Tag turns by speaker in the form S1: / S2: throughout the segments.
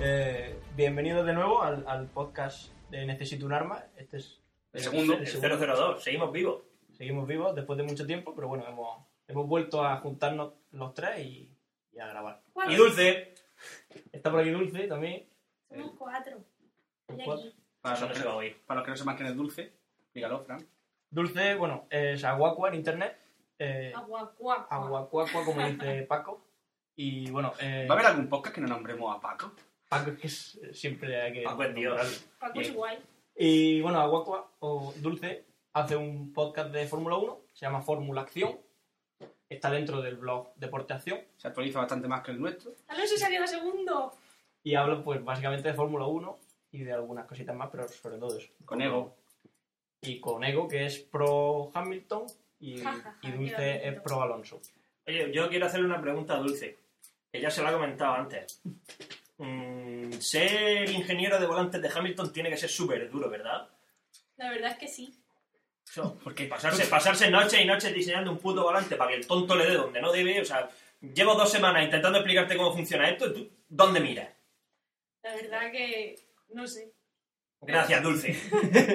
S1: Eh, bienvenidos de nuevo al, al podcast de Necesito un arma. Este es
S2: El segundo,
S1: el
S2: el
S1: segundo.
S2: 002, seguimos vivos.
S1: Seguimos vivos después de mucho tiempo, pero bueno, hemos, hemos vuelto a juntarnos los tres y, y a grabar.
S2: Y
S3: Cuatro.
S2: Dulce.
S1: Está por aquí Dulce también.
S3: Somos cuatro. Y
S1: Cuatro.
S3: aquí.
S2: Eso
S4: Para
S2: no
S4: los,
S2: se va a oír.
S4: que, para los que no sepan quién es Dulce, explícalo, Fran.
S1: Dulce, bueno, es aguacua en internet. Eh,
S3: Agua, guau, guau.
S1: aguacuacua, como dice Paco. Y bueno, eh,
S4: ¿Va a haber algún podcast que no nombremos a Paco?
S1: Paco es que es- siempre hay que...
S2: Paco es Dios.
S1: nombrarlo.
S3: Paco es
S2: Bien.
S3: guay.
S1: Y bueno, Aguacua o Dulce hace un podcast de Fórmula 1, se llama Fórmula Acción. Está dentro del blog Deporte Acción
S4: Se actualiza bastante más que el nuestro.
S3: Alonso salió segundo.
S1: y habla pues básicamente de Fórmula 1 y de algunas cositas más, pero sobre todo eso.
S4: Con Ego.
S1: Y con Ego, que es pro Hamilton y,
S3: Ja, ja, ja,
S1: y
S3: qué
S1: Dulce
S3: bonito.
S1: es pro Alonso.
S2: Oye, yo quiero hacerle una pregunta a Dulce, que ya se la he comentado antes. Mm, ser ingeniero de volantes de Hamilton tiene que ser súper duro, ¿verdad?
S3: La verdad es que sí.
S2: Eso, porque pasarse, pasarse noche y noche diseñando un puto volante para que el tonto le dé donde no debe, o sea, llevo dos semanas intentando explicarte cómo funciona esto y tú, ¿dónde miras?
S3: La verdad que. No sé.
S2: Gracias, Dulce.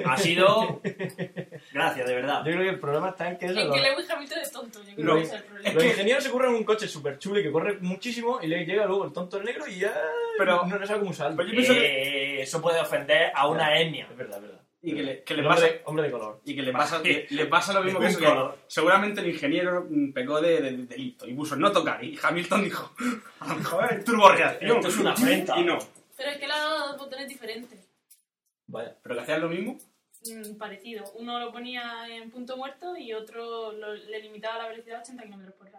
S2: Ha sido... Gracias, de
S1: Yo
S2: verdad.
S1: creo que el problema está en que eso
S3: En
S1: lo-
S3: que Lewis Hamilton es tonto. Yo creo
S4: Lo-
S3: que ese es el
S1: los
S3: problema.
S1: ingenieros se curran un coche súper chulo y que corre muchísimo y le llega luego el tonto el negro y ya
S4: Pero-
S1: no, no sabe cómo usarlo.
S4: Pero yo pienso que-
S2: Eh, eso puede ofender a una etnia.
S1: Es verdad, es verdad.
S4: Y que le, que le
S1: El
S4: pasa,
S1: hombre, de, hombre de color.
S4: y que le pasa, le, le pasa lo mismo que
S2: Un
S4: eso. que
S2: color.
S4: seguramente el ingeniero mm, pecó de, de- de delito y puso no tocar. Y Hamilton dijo, a lo mejor es turborreacción.
S2: Esto es una afrenta.
S4: Y no.
S3: Pero es que le ha dado dos botones diferentes.
S1: Vaya.
S4: Pero que hacían lo mismo.
S3: Mm, parecido. Uno lo ponía en punto muerto y otro lo- le limitaba la velocidad a 80 km por hora.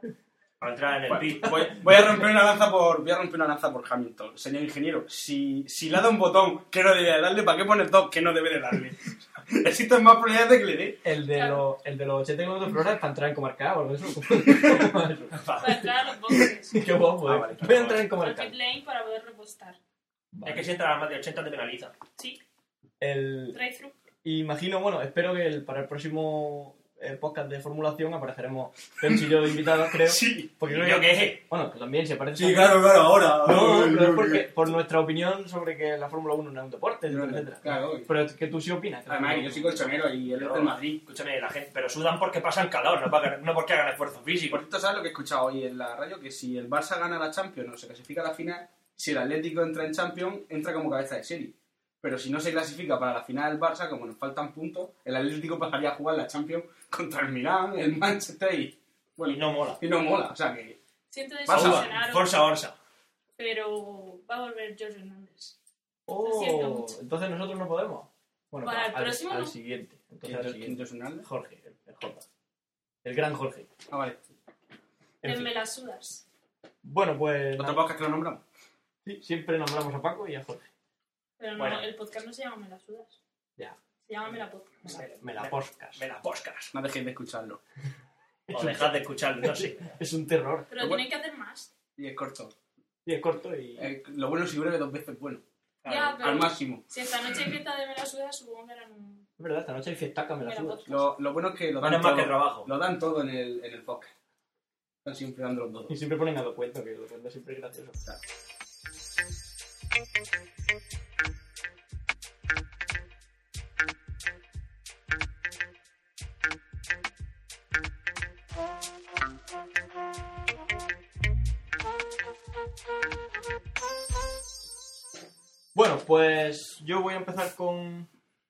S2: Para entrar en el
S4: Voy,
S2: pit.
S4: voy a romper una lanza por, voy a romper una lanza por Hamilton. Señor ingeniero, si, si le da un botón que no debe de darle, ¿para qué pone dos que no debe de darle? Existen más probabilidades de que le dé.
S1: El de,
S3: Claro.
S1: los, el de los 80 kilómetros por hora es para entrar en Comarca o algo de eso.
S3: Para entrar a los boxes.
S1: Qué guapo,
S4: Ah,
S1: eh.
S4: vale, claro,
S1: Voy a
S4: vale.
S1: entrar en
S3: Al
S1: Comarca.
S3: pit lane para poder repostar.
S2: Es que si entras a más de 80 te penaliza.
S3: Sí.
S1: El,
S3: Drive-thru.
S1: imagino, bueno, espero que el- para el próximo eh, podcast de formulación apareceremos Penchi y yo de invitados, creo.
S4: Sí.
S1: Porque
S2: Yo
S1: creo que-
S2: qué
S1: Bueno, que también, si aparece...
S4: claro, ahora.
S1: No, pero es porque, por nuestra opinión sobre que la Fórmula 1 no es un deporte,
S4: No, no,
S1: etcétera.
S4: claro.
S1: Pero es que tú sí opinas. creo.
S4: Además, yo soy colchonero y él es del Madrid.
S2: Escúchame, la gente, pero sudan porque pasan calor, no, para- no porque hagan esfuerzo
S4: Y
S2: físico.
S4: por cierto, ¿sabes lo que he escuchado hoy en la radio? Que si el Barça gana la Champions, no se clasifica a la final, si el Atlético entra en Champions, entra como cabeza de serie. Pero si no se clasifica para la final del Barça, como nos faltan puntos, el Atlético pasaría a jugar la Champions contra el Milán, el Manchester y... Bueno,
S2: Y no mola.
S4: Y no mola, o sea que...
S3: Siento
S4: Pasa,
S2: Forza,
S3: desilusionaros,
S2: Forza, Orsa.
S3: pero va a volver George Hernández. Lo siento
S1: Oh,
S3: mucho.
S1: entonces nosotros no podemos. Bueno,
S3: Para el
S1: al,
S3: próximo
S1: al
S3: no.
S1: siguiente. Entonces
S4: ¿Quién
S1: al
S4: es- quién
S1: siguiente.
S4: es Hernández?
S1: Jorge, el, el J. El gran Jorge.
S4: Ah, vale.
S1: En
S3: Me
S1: fin.
S3: las sudas.
S1: Bueno, pues
S4: Otro
S1: nada.
S4: podcast que lo nombramos.
S1: Sí, siempre nombramos a Paco y a Jorge.
S3: Pero no,
S2: Bueno.
S3: el podcast no se llama Me las sudas.
S1: Ya.
S3: Se llama Me la podcast.
S1: Me la- Me la poscas.
S2: Me la poscas.
S4: No dejéis de escucharlo.
S2: O dejad de escucharlo, no sé.
S1: Es un terror.
S3: Pero tienen que hacer más.
S4: Y es corto.
S1: Y es corto y...
S4: Eh, lo bueno si breve dos veces bueno.
S2: Ah,
S3: Ya, pero
S4: Al máximo.
S3: si esta noche hay fiesta de Me las sudas, supongo que eran un...
S1: Es verdad, esta noche hay fiestaca, me la
S3: Me la
S1: suda.
S3: podcast.
S4: Lo, lo bueno es que lo dan,
S2: Menos mal que
S4: todo,
S2: trabajo.
S4: lo dan todo en el, en el podcast. Están siempre dándolo todo.
S1: Y siempre ponen a lo cuento, que lo cuento siempre es gracioso. Bueno, pues yo voy a empezar con,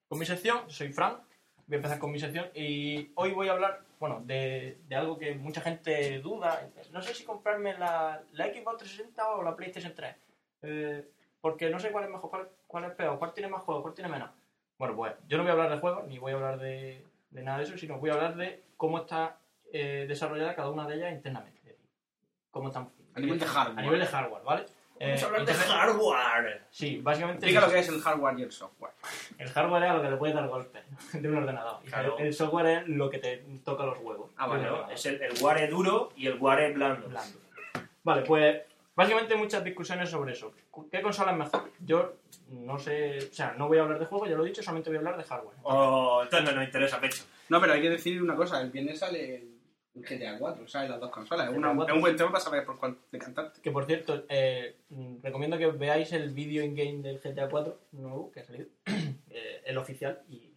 S1: con mi sección. Soy Frank. Voy a empezar con mi sección y hoy voy a hablar, bueno, de, de algo que mucha gente duda. No sé si comprarme la, la Xbox 360 o la PlayStation 3. eh, porque no sé cuál es mejor, cuál, cuál es peor, cuál tiene más juegos, cuál tiene menos. Bueno, pues yo no voy a hablar de juegos, ni voy a hablar de, de nada de eso, sino voy a hablar de cómo está eh, desarrollada cada una de ellas internamente. Es decir, Cómo están,
S4: A nivel de hardware.
S1: a nivel de hardware, ¿vale?
S2: Vamos a
S1: Eh,
S2: hablar de
S1: entonces-
S2: hardware.
S1: Sí, básicamente
S4: Explica lo que es el hardware y el software.
S1: el hardware es a lo que le puedes dar golpes de un ordenador. Y
S2: Claro.
S1: El software es lo que te toca los huevos.
S4: Ah, vale,
S1: De un
S2: Bueno,
S1: ordenador.
S2: es el, el guare duro y el guare blando.
S1: Blando. Vale, pues básicamente hay muchas discusiones sobre eso. ¿Qué consola es mejor? Yo no sé, o sea, no voy a hablar de juego, ya lo he dicho, solamente voy a hablar de hardware.
S2: Oh, entonces no nos interesa, pecho.
S4: No, pero hay que decir una cosa. El viernes sale el, el GTA 4, ¿sabes? Las dos consolas. Es,
S1: GTA
S4: una- es
S1: 4.
S4: un buen tema para saber por cuál decantarte.
S1: Que por cierto, eh, mm, recomiendo que veáis el vídeo in-game del GTA 4 nuevo que ha salido, eh, el oficial. Y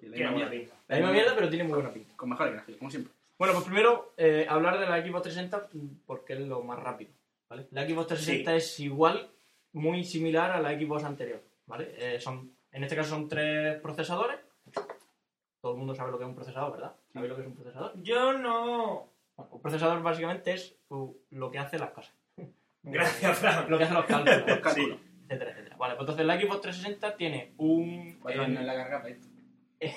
S2: Tiene buena pinta.
S1: la misma mierda, pero tiene muy buena pinta.
S4: Con mejores gráficos, como siempre.
S1: Bueno, pues primero eh, hablar de la Xbox 360 mm, porque es lo más rápido. ¿vale? La Xbox 360 es igual, muy similar a la Xbox anterior. ¿vale? Eh, son, en este caso son tres procesadores. Todo el mundo sabe lo que es un procesador, ¿verdad? ¿Sabéis lo que es un procesador?
S2: Yo no.
S1: Bueno, un procesador básicamente es uh, lo que hace las cosas,
S2: Gracias, Fran.
S1: lo que hacen los cálculos.
S4: Los cálculos.
S1: etcétera, etcétera. Vale, pues entonces la Xbox 360 tiene un...
S4: Vaya,
S2: Eh,
S1: en,
S4: no es la ¿eh? carga para esto.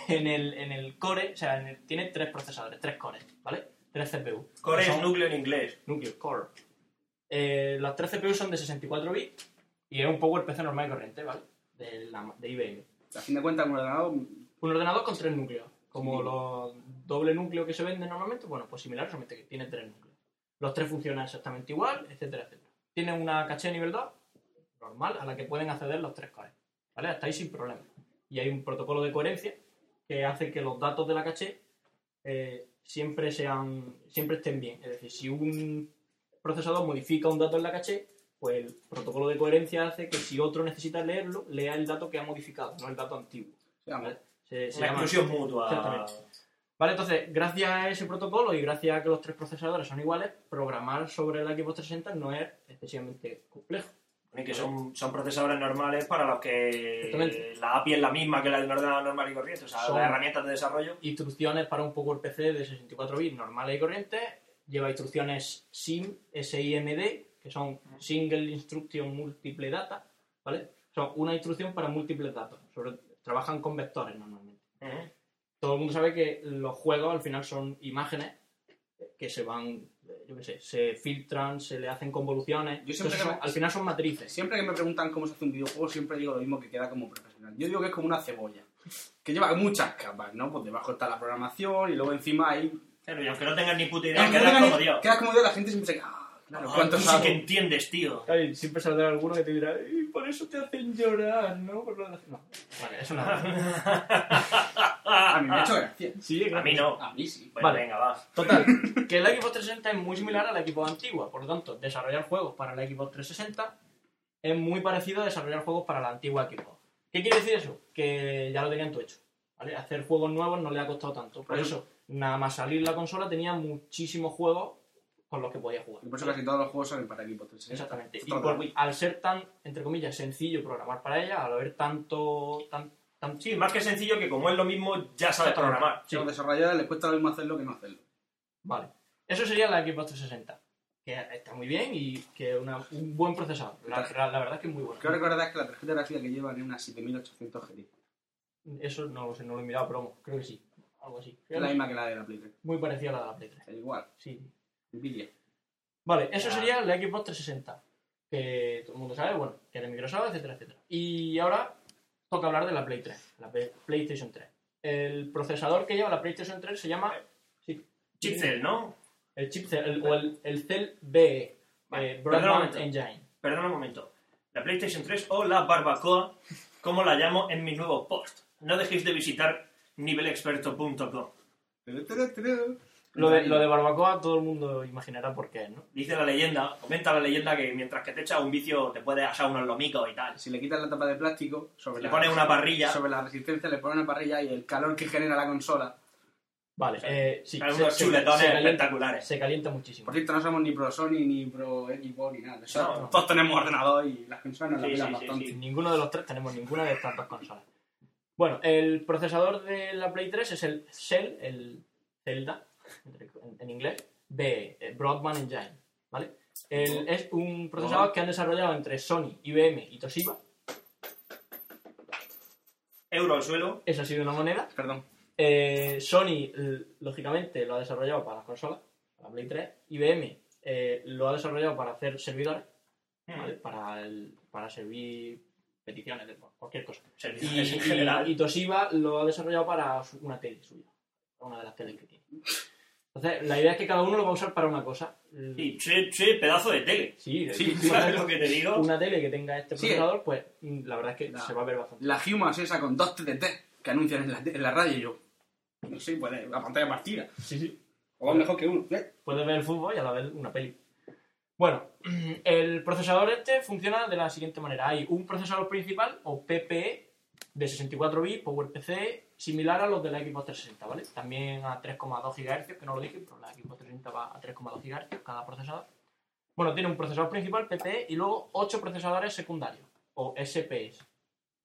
S1: en el, en el core, o sea, en el- tiene tres procesadores, tres cores, ¿vale? Tres CPU.
S2: Core
S1: Que
S2: es
S1: son-
S2: núcleo en inglés.
S1: núcleo, core. Eh, los tres CPU son de 64 bits y es un power PC normal y corriente, ¿vale? De, la- de IBM.
S4: A fin de cuentas, un ordenador mm,
S1: Un ordenador con tres núcleos. Como
S4: Sí.
S1: los doble núcleo que se venden normalmente, bueno, pues similar, solamente que tiene tres núcleos. Los tres funcionan exactamente igual, etcétera, etcétera. Tiene una caché nivel 2 normal a la que pueden acceder los tres cores. ¿Vale? Hasta ahí sin problema. Y hay un protocolo de coherencia que hace que los datos de la caché eh, siempre sean siempre estén bien. Es decir, si un procesador modifica un dato en la caché, pues el protocolo de coherencia hace que si otro necesita leerlo, lea el dato que ha modificado, no el dato antiguo.
S4: digamos,
S1: Se- se
S2: Una
S1: llama-
S2: exclusión mutua.
S1: Exactamente. Vale, entonces, gracias a ese protocolo y gracias a que los tres procesadores son iguales, programar sobre el Xbox 360 no es excesivamente complejo.
S2: Y que son, son procesadores normales para los que
S1: Exactamente.
S2: la API es la misma que la de un ordenador normal y corriente. O sea,
S1: Son-
S2: las herramientas de desarrollo.
S1: Instrucciones para un PowerPC de 64 bits normales y corrientes, lleva instrucciones SIM, SIMD, que son Single Instruction Multiple Data, ¿vale? Son una instrucción para múltiples datos, sobre- trabajan con vectores normalmente.
S2: Ujú.
S1: todo el mundo sabe que los juegos al final son imágenes que se van, eh, yo qué sé, se filtran, se le hacen convoluciones.
S4: Yo siempre
S1: Entonces,
S4: que
S1: son-
S4: me-
S1: al final son matrices.
S4: siempre que me preguntan cómo se hace un videojuego, siempre digo lo mismo que queda como profesional. Yo digo que es como una cebolla, que lleva muchas capas, ¿no? Pues debajo está la programación y luego encima hay
S2: Claro, y aunque no tengas ni puta idea,
S4: Aunque no
S2: quedas
S4: tenga
S2: como
S4: ni-
S2: Dios.
S4: quedas como Dios, la gente siempre se ah, claro, ¿cuánto
S2: Tú sí que
S4: sabe?
S2: entiendes, tío.
S1: siempre saldrá alguno que te dirá, por eso te hacen llorar, ¿no? No, vale, eso no.
S4: Ah, A mí me ha hecho gracia.
S1: Sí,
S2: Ah, A mí no.
S4: A mí sí.
S2: Bueno,
S1: Vale.
S2: venga, va.
S1: Total, que el Xbox 360 es muy similar a la Xbox antigua, por lo tanto, desarrollar juegos para la Xbox 360 es muy parecido a desarrollar juegos para la antigua Xbox. ¿Qué quiere decir eso? Que ya lo tenían todo hecho. ¿vale? Hacer juegos nuevos no le ha costado tanto. Por eso, nada más salir la consola tenía muchísimos juegos con los que podía jugar.
S4: Y Por eso casi todos los juegos salen para equipo ¿eh? 360.
S1: Exactamente. Y
S4: Total.
S1: por- al ser tan, entre comillas, sencillo programar para ella, al haber tanto... Tan, tan-
S2: Sí, más que sencillo que como es lo mismo, ya sabes programar.
S4: A los desarrolladores les cuesta lo mismo hacerlo que no hacerlo.
S1: Vale. Eso sería la Xbox 360. Que está muy bien y que es una- un buen procesador. La, la- la verdad es que es muy bueno.
S4: Creo recordar que la tarjeta gráfica que llevan es una 7800 GT.
S1: Eso no, lo sé, no lo he mirado, pero vamos, creo que sí. Algo así.
S4: Es la misma que la de la Play 3.
S1: Muy parecida a la de la Play 3.
S4: Es igual.
S1: Sí.
S4: Nvidia.
S1: Vale, eso
S2: Ah.
S1: sería la Xbox 360. Que todo el mundo sabe, bueno, que era de Microsoft, etcétera, etcétera. Y ahora toca hablar de la Play 3, la Play- PlayStation 3. El procesador que lleva la PlayStation 3 se llama. Sí.
S2: Chipcel, ¿no?
S1: El chipcel, el- o el, el Cell BE,
S2: Vale,
S1: eh,
S2: perdona un
S1: Broadband
S2: momento.
S1: Engine.
S2: Perdona un momento. La PlayStation 3 o la barbacoa, como la llamo en mi nuevo post. No dejéis de visitar nivelexperto.com.
S1: Lo de, lo de barbacoa todo el mundo imaginará por qué, ¿no?
S2: Dice la leyenda, comenta la leyenda que mientras que te echas un vicio te puedes asar unos lomicos y tal.
S4: Si le quitas la tapa de plástico, sobre,
S2: Le
S4: la,
S2: pones una parrilla.
S4: sobre la resistencia le pones una parrilla y el calor que genera la consola.
S1: Vale, eh, sí.
S2: Hay unos chuletones
S1: calienta,
S2: espectaculares.
S1: se calienta muchísimo.
S4: Por cierto, no somos ni pro Sony, ni pro Xbox, ni nada. de eso.
S2: No, no.
S4: Todos tenemos ordenador y las consolas nos las
S2: Sí, sí,
S4: pelan
S2: sí,
S4: bastante.
S2: sí.
S1: Ninguno de los tres tenemos ninguna de estas dos consolas. Bueno, el procesador de la Play 3 es el Cell, el Zelda, entre- en, en inglés, de eh, Broadband Engine, ¿vale? El- es un procesador que han desarrollado entre Sony, IBM y Toshiba.
S2: Euro al suelo.
S1: Esa ha sido una moneda.
S4: Perdón.
S1: Eh, Sony, l- lógicamente, lo ha desarrollado para las consolas, para Play 3. IBM eh, lo ha desarrollado para hacer servidores,
S2: Mm.
S1: ¿vale? para, el- para servir peticiones, de cualquier cosa. Y,
S2: Servicios en
S1: y-
S2: general.
S1: y Toshiba lo ha desarrollado para su- una tele suya, para una de las teles que tiene. Entonces, la idea es que cada uno lo va a usar para una cosa.
S2: Y che, che, pedazo de tele.
S1: Sí,
S4: Sí,
S1: una,
S2: ¿Sabes lo que te digo?
S1: una tele que tenga este
S4: Sí.
S1: procesador, pues mm, la verdad es que
S4: No.
S1: se va a ver bastante.
S4: la Humans esa con dos TTT que anuncian en la, en la radio y yo. No sé, pues eh, la pantalla partida.
S1: Sí, sí.
S5: O va mejor que uno. ¿eh?
S1: Puedes ver el fútbol y a la vez una peli. Bueno, el procesador este funciona de la siguiente manera. Hay un procesador principal, o PPE, de 64 bits, PowerPC, similar a los de la Xbox 360, ¿vale? También a 3,2 GHz, que no lo dije, pero la Xbox 360 va a 3,2 GHz cada procesador. Bueno, tiene un procesador principal, PPE, y luego 8 procesadores secundarios, o SPS,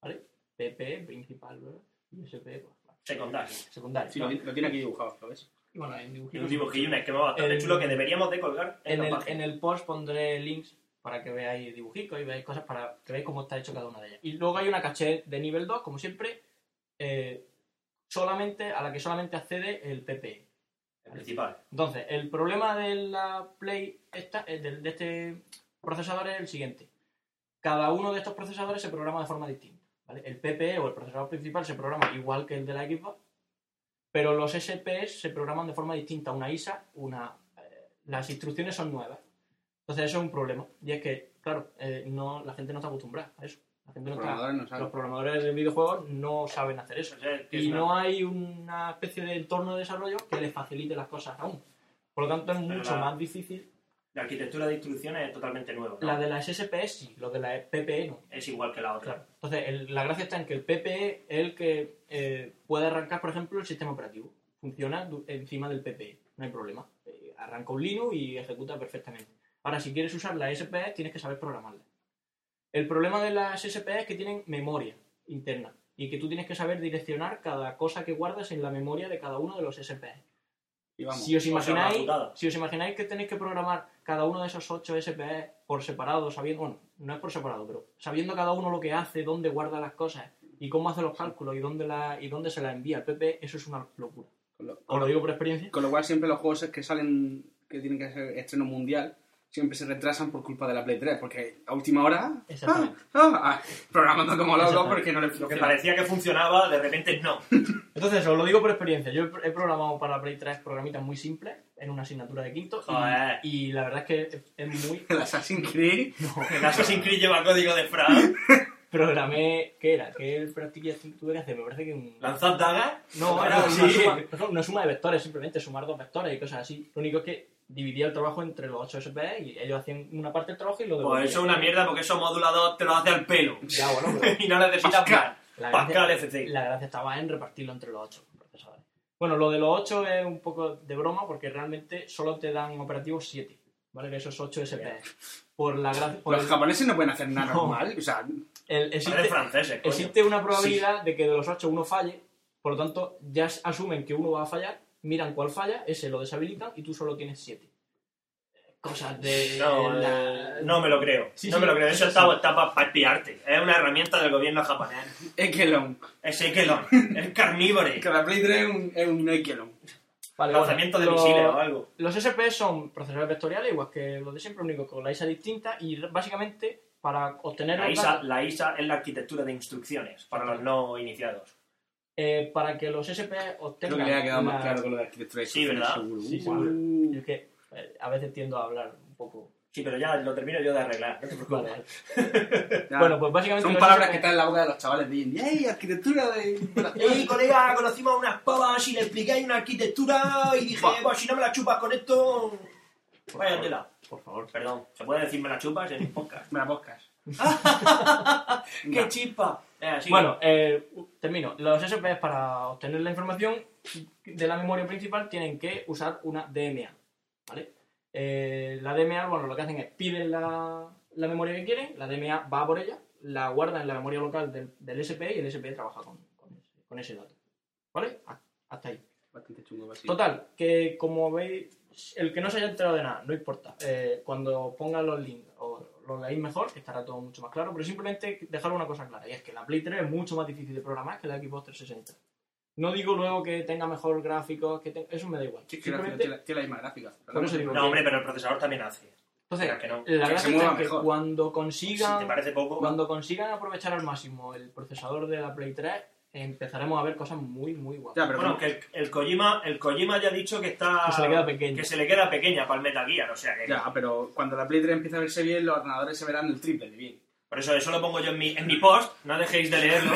S1: ¿vale? PPE, principal, ¿verdad? Y SPE, pues,
S2: Secundario.
S1: secundario.
S5: Sí, lo, lo tiene aquí dibujado, ¿lo ves?
S1: Y bueno, hay un
S2: Y
S1: dibujito.
S2: un dibujillo, un esquema bastante
S1: El-
S2: chulo que deberíamos de colgar en,
S1: En
S2: la
S1: el,
S2: página.
S1: en el post pondré links para que veáis dibujitos y veáis cosas para que veáis cómo está hecho cada una de ellas. Y luego hay una caché de nivel 2, como siempre, eh, solamente, a la que solamente accede el PPE.
S2: El principal.
S1: Entonces, el problema de la Play esta, eh, del- de, este procesador es el siguiente. Cada uno de estos procesadores se programa de forma distinta. ¿vale? El PPE o el procesador principal se programa igual que el de la Xbox, pero los SPS se programan de forma distinta. Una ISA, una, eh, las instrucciones son nuevas. Entonces, eso es un problema. Y es que, claro, eh, no, la gente no está acostumbrada a eso. La gente no
S5: Los
S1: está-
S5: programadores no
S1: los
S5: saben.
S1: programadores de videojuegos no saben hacer eso.
S2: O sea, que es
S1: Y
S2: una-
S1: no hay una especie de entorno de desarrollo que les facilite las cosas aún. Por lo tanto, es
S2: Pero
S1: mucho
S2: la-
S1: más difícil.
S2: La arquitectura de instrucciones es totalmente nueva. ¿no?
S1: La de las SPS sí, lo de la PPE no.
S2: Es igual que la otra.
S1: Claro. Entonces, el- la gracia está en que el PPE es el que eh, puede arrancar, por ejemplo, el sistema operativo. Funciona du- encima del PPE, no hay problema. Eh, arranca un Linux y ejecuta perfectamente. Ahora, si quieres usar la SPS, E, tienes que saber programarla. El problema de las SPS E es que tienen memoria interna y que tú tienes que saber direccionar cada cosa que guardas en la memoria de cada uno de los SPS.
S5: Y vamos.
S1: Si os,
S2: o sea, una
S1: imagináis,
S2: putada.
S1: si os imagináis que tenéis que programar cada uno de esos 8 SPE E por separado, sabiendo, bueno, no es por separado, pero sabiendo cada uno lo que hace, dónde guarda las cosas y cómo hace los cálculos y dónde, la, y dónde se las envía al PP, eso es una locura.
S5: Con lo-
S1: Os lo digo por experiencia.
S5: Con lo cual siempre los juegos que salen, que tienen que ser estreno mundial, siempre se retrasan por culpa de la Play 3, porque a última hora...
S1: Exactamente.
S5: ¡ah! ¡ah! programando como loco
S1: Exactamente.
S5: porque no le
S2: Lo que
S5: funciona.
S2: parecía que funcionaba, de repente no.
S1: Entonces, os lo digo por experiencia. Yo he pro- he programado para la Play 3 programitas muy simples en una asignatura de quinto y-
S2: Joder.
S1: y, la verdad es que es- es muy...
S5: El Assassin's Creed...
S2: El Assassin's Creed lleva código de fraude.
S1: Programé... ¿Qué era? ¿Qué práctica tuve que hacer? Me parece que un...
S2: Lanzad dagas.
S1: No,
S2: Bueno,
S1: era una,
S2: sí.
S1: suma, una suma de vectores, simplemente sumar dos vectores y cosas así. Lo único es que dividía el trabajo entre los 8 SPE E y ellos hacían una parte del trabajo y lo devolvían.
S2: Pues eso es una mierda porque eso modulador te lo hace al pelo.
S1: Ya, bueno, pero
S2: y no necesitas
S5: Pascal.
S1: la,
S2: Pascal
S1: gracia,
S2: FC.
S1: la gracia estaba en repartirlo entre los 8 procesadores. Bueno, lo de los 8 es un poco de broma porque realmente solo te dan operativos 7, ¿vale? De esos 8 SPE. E. Por la gracia... por
S5: Los
S1: el-
S5: japoneses no pueden hacer nada
S1: Pues No.
S5: normal, o sea,
S1: el-
S2: Parecen
S1: existe,
S2: franceses, coño.
S1: existe una probabilidad de que de los 8 uno falle, por lo tanto ya s- asumen que uno va a fallar, miran cuál falla, ese lo deshabilitan y tú solo tienes 7. Cosas de...
S2: No,
S1: la-
S2: eh, no me lo creo.
S1: Sí,
S2: no
S1: sí,
S2: me lo creo.
S1: eso
S2: Eso
S1: sí.
S2: está, para espiarte. Es una herramienta del gobierno japonés.
S5: Ekelon.
S2: Es Ekelon. es carnívore.
S5: Que la Play 3 es un, es un Ekelon.
S1: Vale, bueno,
S2: Lanzamiento de
S1: lo-
S2: misiles o algo.
S1: Los SP son procesadores vectoriales, igual que los de siempre, único con la ISA distinta y re- básicamente para obtener
S2: La
S1: los
S2: ISA,
S1: datos,
S2: la ISA es la arquitectura de instrucciones para los no iniciados.
S1: eh, para que los SP
S5: Creo
S1: obtengan
S5: que le ha quedado
S1: la-
S5: más claro con lo de arquitectura.
S2: Sí, ¿verdad?
S5: Seguro.
S1: Sí,
S5: Uh,
S1: seguro. Yo es que eh, a veces tiendo a hablar un poco.
S2: Sí, pero ya lo termino yo de arreglar. No te preocupes.
S1: Vale.
S5: ya.
S1: Bueno, pues básicamente
S5: Son
S1: los
S5: palabras que
S1: SP
S5: están en la boca de los chavales de hoy en día. ¡Ey, arquitectura de...
S2: Ey, colega, conocimos a unas pavas y le expliqué una arquitectura y dije,
S5: Buah.
S2: "Buah, si no me la chupas con esto, váyatela.
S1: Por favor.
S2: Perdón, ¿se puede decir me la chupas en el podcast?
S5: Me la podcast.
S2: ¡Qué chispa! Eh, sí.
S1: Bueno, eh, termino. Los SPs para obtener la información de la memoria principal tienen que usar una DMA, ¿vale? Eh, la DMA, bueno, lo que hacen es piden la, la memoria que quieren, la DMA va por ella, la guarda en la memoria local del, del SP y el SP trabaja con, con ese, con ese dato, ¿vale? Ha- Hasta ahí.
S5: Bastante chungo, pues, va a ser.
S1: Total, que como veis, el que no se haya enterado de nada, no importa. Eh, cuando ponga los links o lo leáis mejor, que estará todo mucho más claro, pero simplemente dejar una cosa clara, y es que la Play 3 es mucho más difícil de programar que la Xbox 360. No digo luego que tenga mejor gráficos, que te- eso me da igual.
S5: Sí, que
S1: Simplemente-
S5: gráfica, tiene la- tiene la misma gráfica.
S1: Por eso digo
S2: no, hombre, pero el procesador también hace.
S1: Entonces,
S2: que no.
S1: la
S5: Que
S1: gracia
S5: se mueva
S1: está en que
S5: mejor.
S1: cuando
S2: Si
S1: consigan
S2: te parece poco,
S1: Cuando consigan aprovechar al máximo el procesador de la Play 3, empezaremos a ver cosas muy, muy
S5: Ya,
S1: guapas.
S5: pero
S2: bueno,
S5: como-
S2: que el, el Kojima, el Kojima ya ha dicho que está...
S1: Que se le queda pequeña.
S2: Que se le queda pequeña para el Metal Gear, o sea que...
S5: Ya, pero cuando la Play 3 empieza a verse bien, los ordenadores se verán el triple de bien.
S2: Por eso, eso lo pongo yo en mi, en mi post, no dejéis de leerlo.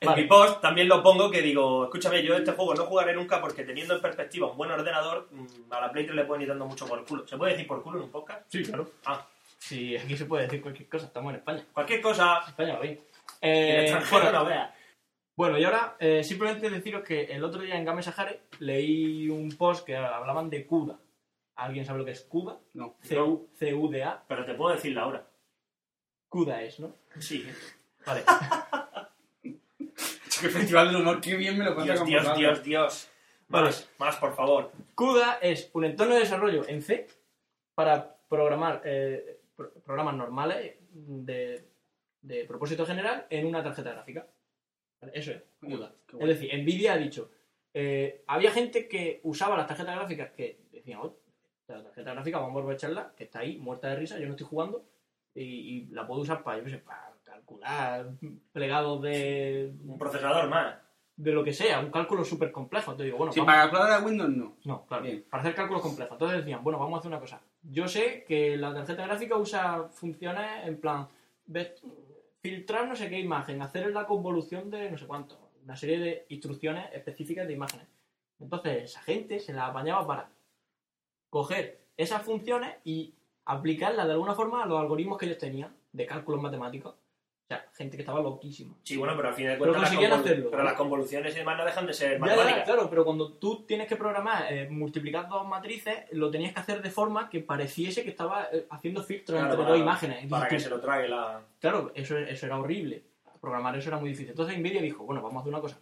S2: En
S1: Vale.
S2: mi post también lo pongo que digo, escúchame, yo este juego no jugaré nunca porque teniendo en perspectiva un buen ordenador, mm, a la Play 3 le pueden ir dando mucho por culo. ¿Se puede decir por culo en un podcast?
S1: Sí, claro.
S2: Ah,
S1: Sí, aquí se puede decir cualquier cosa, estamos en España.
S2: cualquier cosa,
S1: España va bien.
S2: en el
S1: Eh,
S2: extranjero
S1: bueno,
S2: no vea.
S1: bueno, y ahora eh, simplemente deciros que el otro día en Game Sahare leí un post que hablaban de CUDA. ¿Alguien sabe lo que es CUDA?
S5: No.
S1: C-U- C-U-D-A.
S2: Pero te puedo decir la hora.
S1: CUDA es, ¿no?
S2: Sí.
S1: Vale.
S5: Qué festival del humor, qué bien me lo cuenta
S2: Dios,
S5: con
S2: Dios,
S5: vosotros.
S2: Dios, Dios.
S1: Vale.
S2: Más, más, por favor.
S1: CUDA es un entorno de desarrollo en C para programar eh, pro- programas normales de, de propósito general en una tarjeta gráfica. Vale, Eso es, CUDA.
S5: Qué
S1: Es
S5: guay.
S1: decir, Nvidia ha dicho, eh, había gente que usaba las tarjetas gráficas que decían, "Oh, la tarjeta gráfica vamos a aprovecharla, que está ahí, muerta de risa, yo no estoy jugando, y, y la puedo usar para, yo qué sé, para calcular plegados de,
S2: Un procesador más.
S1: de lo que sea, un cálculo súper complejo. Entonces digo, bueno,
S5: Sí,
S1: vamos-
S5: para calcular a Windows no.
S1: no, claro.
S5: Bien.
S1: Para hacer cálculos complejos. Entonces decían, bueno, vamos a hacer una cosa. Yo sé que la tarjeta gráfica usa funciones en plan ve- filtrar no sé qué imagen, hacer la convolución de no sé cuánto, una serie de instrucciones específicas de imágenes. Entonces esa gente se la apañaba para coger esas funciones y aplicarlas de alguna forma a los algoritmos que ellos tenían de cálculos matemáticos. O sea, gente que estaba loquísima.
S2: Sí, bueno, pero al fin de
S1: Pero
S2: cuentas las,
S1: conseguían
S2: convol-
S1: hacerlo.
S2: pero las convoluciones y demás no dejan de ser
S1: Ya, ya,
S2: matemáticas.
S1: claro, pero cuando tú tienes que programar, eh, multiplicar dos matrices, lo tenías que hacer de forma que pareciese que estaba eh, haciendo filtros
S2: Claro,
S1: entre
S2: para-
S1: dos imágenes.
S2: Para que
S1: Entonces,
S2: se lo trague la...
S1: Claro, eso, eso era horrible. Programar eso era muy difícil. Entonces Nvidia dijo, bueno, vamos a hacer una cosa.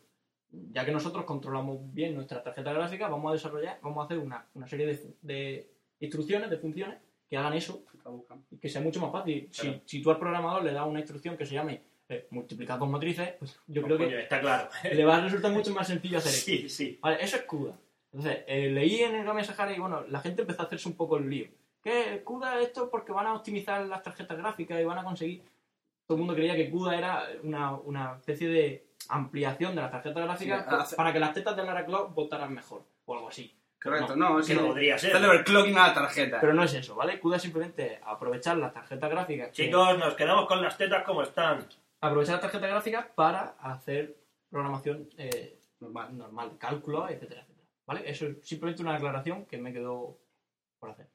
S1: Ya que nosotros controlamos bien nuestra tarjeta gráfica, vamos a desarrollar, vamos a hacer una, una serie de, fu- de instrucciones, de funciones, que hagan eso
S5: Está buscando.
S1: y que sea mucho más fácil. Si-
S2: Claro.
S1: Si, tú al programador le das una instrucción que se llame eh, multiplicar dos matrices, pues yo creo
S2: Coño,
S1: que
S2: Está claro.
S1: le va a resultar mucho más sencillo hacer eso.
S2: Sí, sí.
S1: Vale, eso es CUDA. Entonces, eh, leí en el Game Sahara y bueno, la gente empezó a hacerse un poco el lío. ¿Qué CUDA esto? Porque van a optimizar las tarjetas gráficas y van a conseguir. Todo el mundo creía que CUDA era una, una especie de ampliación de las tarjetas gráficas
S5: Sí,
S1: por-
S5: hace-
S1: para que las tetas de Lara Croft votaran mejor o algo así.
S5: Correcto, no,
S2: Que
S5: sí. no.
S2: podría ser.
S5: Está de overclocking a la tarjeta.
S1: Pero no es eso, ¿vale? CUDA es simplemente aprovechar las tarjetas gráficas. que-
S2: Chicos, nos quedamos con las tetas como están.
S1: aprovechar las tarjetas gráficas para hacer programación eh,
S5: Normal.
S1: normal, cálculo, etcétera, etcétera. ¿Vale? Eso es simplemente una aclaración que me quedó por hacer.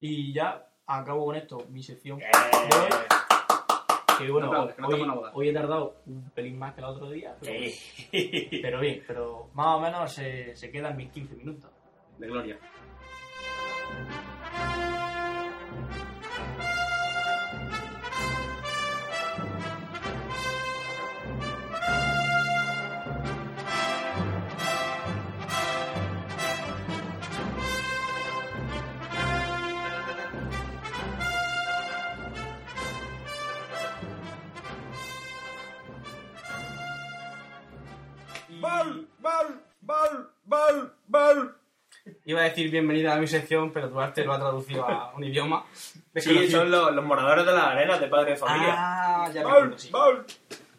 S1: Y ya acabo con esto, mi sección.
S2: Eh,
S1: Que bueno,
S5: aplaudas, que no estamos en una
S1: hoy,
S5: boda.
S1: hoy he tardado un pelín más que el otro día, pero,
S2: eh.
S1: pero bien, pero más o menos se, se quedan mis 15 minutos.
S5: De gloria.
S4: Iba a decir bienvenida a mi sección, pero Duarte lo ha traducido a un idioma.
S2: Sí, son los, los moradores de las arenas de padre de familia.
S4: Ah, ya me
S2: Bol,
S4: acuerdo, sí.
S2: bol.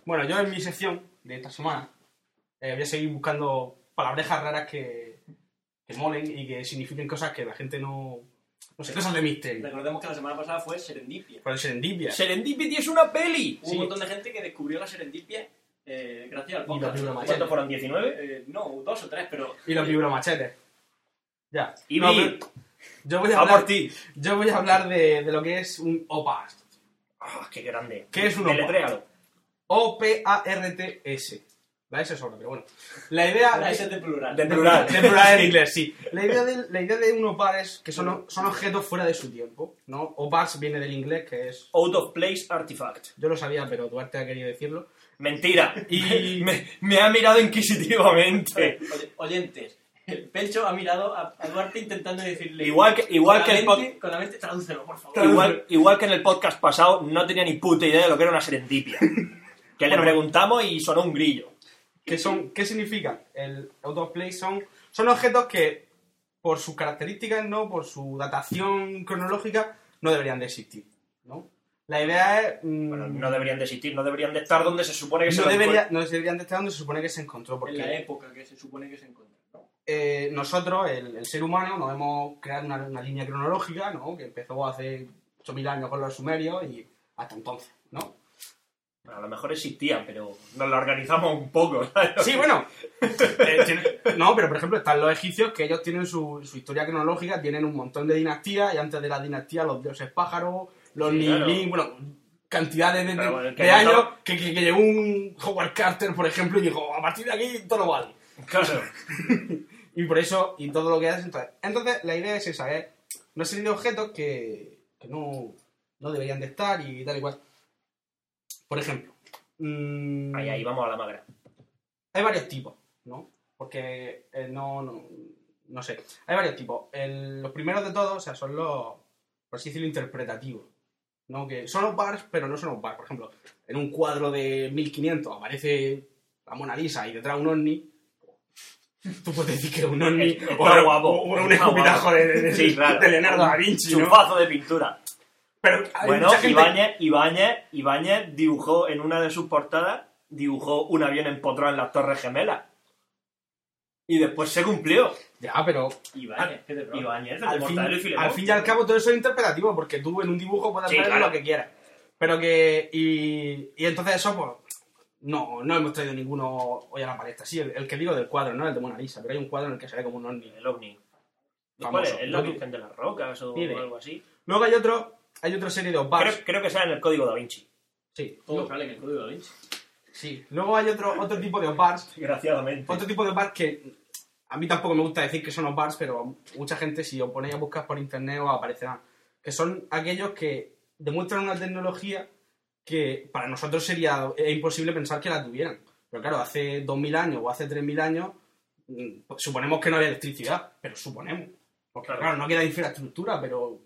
S4: Bueno, yo en mi sección de esta semana eh, voy a seguir buscando palabrejas raras que, que molen y que signifiquen cosas que la gente no... No sé, cosas de misterio.
S2: Recordemos que la semana pasada fue Serendipia.
S4: Por el serendipia.
S2: Serendipia es una peli.
S4: Sí.
S6: de gente que descubrió la serendipia eh, gracias al
S1: Y la película
S2: ¿Cuántos
S1: machete.
S2: fueron? ¿19?
S6: Eh, no, dos o tres, pero
S4: Y los vibromachetes. Ya.
S2: Y
S4: No,
S2: vi.
S4: pero yo voy a
S2: Va
S4: hablar,
S2: por ti.
S4: yo voy a hablar de, de lo que es un OPAST.
S2: Ah, ¡Qué grande!
S4: ¿Qué es un opa?
S2: Deletréalo.
S4: O-P-A-R-T-S. La S es otra, pero bueno. La idea...
S6: la S Ah, es de plural.
S2: De plural.
S4: De plural en inglés, sí. La idea de, la idea de un opar es que son, son objetos fuera de su tiempo, ¿no? Opars viene del inglés, que es...
S2: Out of place artifact.
S4: Yo lo sabía, pero Duarte ha querido decirlo.
S2: Mentira.
S4: Y-
S2: me, me ha mirado inquisitivamente.
S6: Oye- oyentes, el Pelcho ha mirado a, a Duarte intentando decirle...
S2: Igual que, igual
S6: con
S2: que
S6: la
S2: el pod-
S6: mente, Con la mente, tradúcelo, por favor.
S2: Igual, igual que en el podcast pasado, no tenía ni puta idea de lo que era una serendipia. Que le preguntamos y sonó un grillo.
S4: ¿Qué, son, ¿Qué significan? El autoplay son, son objetos que, por sus características, ¿no? Por su datación cronológica, no deberían de existir, ¿no? La idea es... mm,
S2: Bueno, no deberían de existir, no deberían de estar donde se supone que se
S4: no
S2: lo
S4: debería-
S2: encuent-
S4: no deberían de estar donde se supone que se encontró, porque...
S6: En la época que se supone que se encuentra. ¿no?
S4: eh, nosotros, el, el ser humano, nos hemos creado una, una línea cronológica, ¿no? Que empezó hace 8.000 años con los sumerios y hasta entonces, ¿no?
S2: Bueno, a lo lo mejor existían, pero nos la organizamos un poco. ¿sabes?
S4: Sí, bueno. eh, tiene- no, pero por ejemplo están los egipcios que ellos tienen su, su historia cronológica, tienen un montón de dinastías y antes de la dinastía los dioses pájaros, los
S2: Sí, claro.
S4: Nilín, bueno, cantidades de, de-
S2: Pero bueno, que
S4: de
S2: no
S4: años
S2: estaba-
S4: que, que- que llegó un Howard Carter, por ejemplo, y dijo, a partir de aquí todo lo vale.
S2: Claro.
S4: Y por eso, y todo lo que haces. Entonces, entonces la idea es esa, es una serie de objetos que, que no, no deberían de estar y tal y cual. Por ejemplo, mm,
S2: Ahí, ahí vamos a la magra.
S4: hay varios tipos, ¿no? Porque eh, no, no, no sé. Hay varios tipos. El- los primeros de todos, o sea, son los, por así decirlo, interpretativos. ¿no? Que son los bars, pero no son los bars. Por ejemplo, en un cuadro de 1500 aparece la Mona Lisa y detrás un ovni. Tú puedes decir que es un ovni
S2: Está
S4: o, o-
S2: guapo,
S4: o un
S2: está
S4: escupitajo
S2: guapo.
S4: de, de- de-
S2: Sí, claro.
S4: de Leonardo da Vinci, ¿no?
S2: Chufazo de pintura.
S4: Pero hay
S2: bueno,
S4: mucha gente-
S2: Ibáñez, Ibáñez, Ibáñez dibujó en una de sus portadas, dibujó un avión empotrado en las Torres Gemelas. Y después se cumplió.
S4: Ya, pero
S6: Ibáñez, qué terror.
S2: Ibáñez, el de
S4: al fin,
S2: Mortadelo y Filemón.
S4: al fin y al cabo todo eso es interpretativo, porque tú en un dibujo puedes
S2: Sí,
S4: hacer
S2: claro.
S4: lo que quieras. Pero que. Y, y entonces eso, pues. No, no hemos traído ninguno hoy a la palestra. Sí, el, el que digo del cuadro, ¿no? El de Mona Lisa, pero hay un cuadro en el que se ve como un ovni.
S2: El ovni. ¿Cuál es?
S4: Famoso.
S2: ¿Es la Virgen de las Rocas o
S4: Ni idea.
S2: algo así?
S4: Luego hay otro, hay otra serie de Obars.
S2: Creo, Oh, creo que sale en el código da Vinci.
S4: Sí.
S6: Todo
S4: Luego,
S6: sale en el código da Vinci.
S4: sí. Luego hay otro, otro tipo de Obars.
S2: Desgraciadamente.
S4: Otro tipo de Obars que a mí tampoco me gusta decir que son Obars, pero mucha gente si os ponéis a buscar por internet os aparecerán. Que son aquellos que demuestran una tecnología que para nosotros sería es imposible pensar que la tuvieran. Pero claro, hace 2.000 años o hace 3.000 años mm, pues, suponemos que no había electricidad, pero suponemos. Porque
S2: Claro.
S4: claro, no queda infraestructura, pero...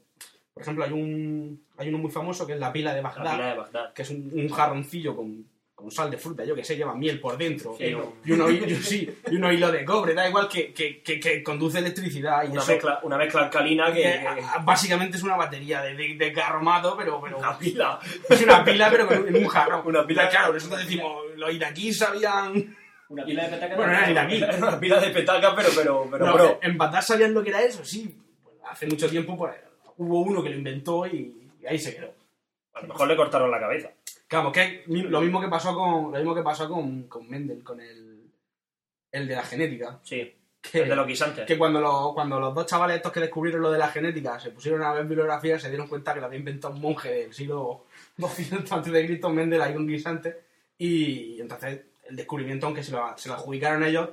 S4: Por ejemplo, hay, un, hay uno muy famoso que es la pila de Bagdad
S2: La pila de Bagdad.
S4: que es un, un jarroncillo con, con sal de fruta, yo que sé, lleva miel por dentro.
S2: Sí,
S4: y,
S2: un-
S4: y uno, y- sí, y unos hilos de cobre, da igual que, que, que- que conduce electricidad. Y
S2: Una
S4: eso,
S2: mezcla, una mezcla alcalina que...
S4: eh, a- a- básicamente es una batería de, de, de carromato, pero, pero
S2: Una pila.
S4: es una pila, pero con un- en un jarrón.
S2: Ah. Una pila-
S4: Y Claro, nosotros decimos, los iraquíes sabían.
S6: Una pila de petacas.
S4: Bueno, no eran iraquíes.
S2: Era una pila de petacas, pero, pero, pero,
S4: No,
S2: bro.
S4: En Bagdad sabían lo que era eso, sí. Hace mucho tiempo pues, hubo uno que lo inventó y- y ahí se quedó.
S2: A lo mejor le cortaron la cabeza.
S4: Claro, que mi- lo mismo que pasó con lo mismo que pasó con, con Mendel, con el, el de la genética.
S2: Sí.
S4: Que,
S2: El de los guisantes.
S4: que cuando, los, cuando los dos chavales estos que descubrieron lo de la genética se pusieron a ver bibliografías se dieron cuenta que lo había inventado un monje del siglo 200 antes de Cristo, Mendel, ahí un guisante. Y entonces el descubrimiento, aunque se lo, se lo adjudicaron ellos,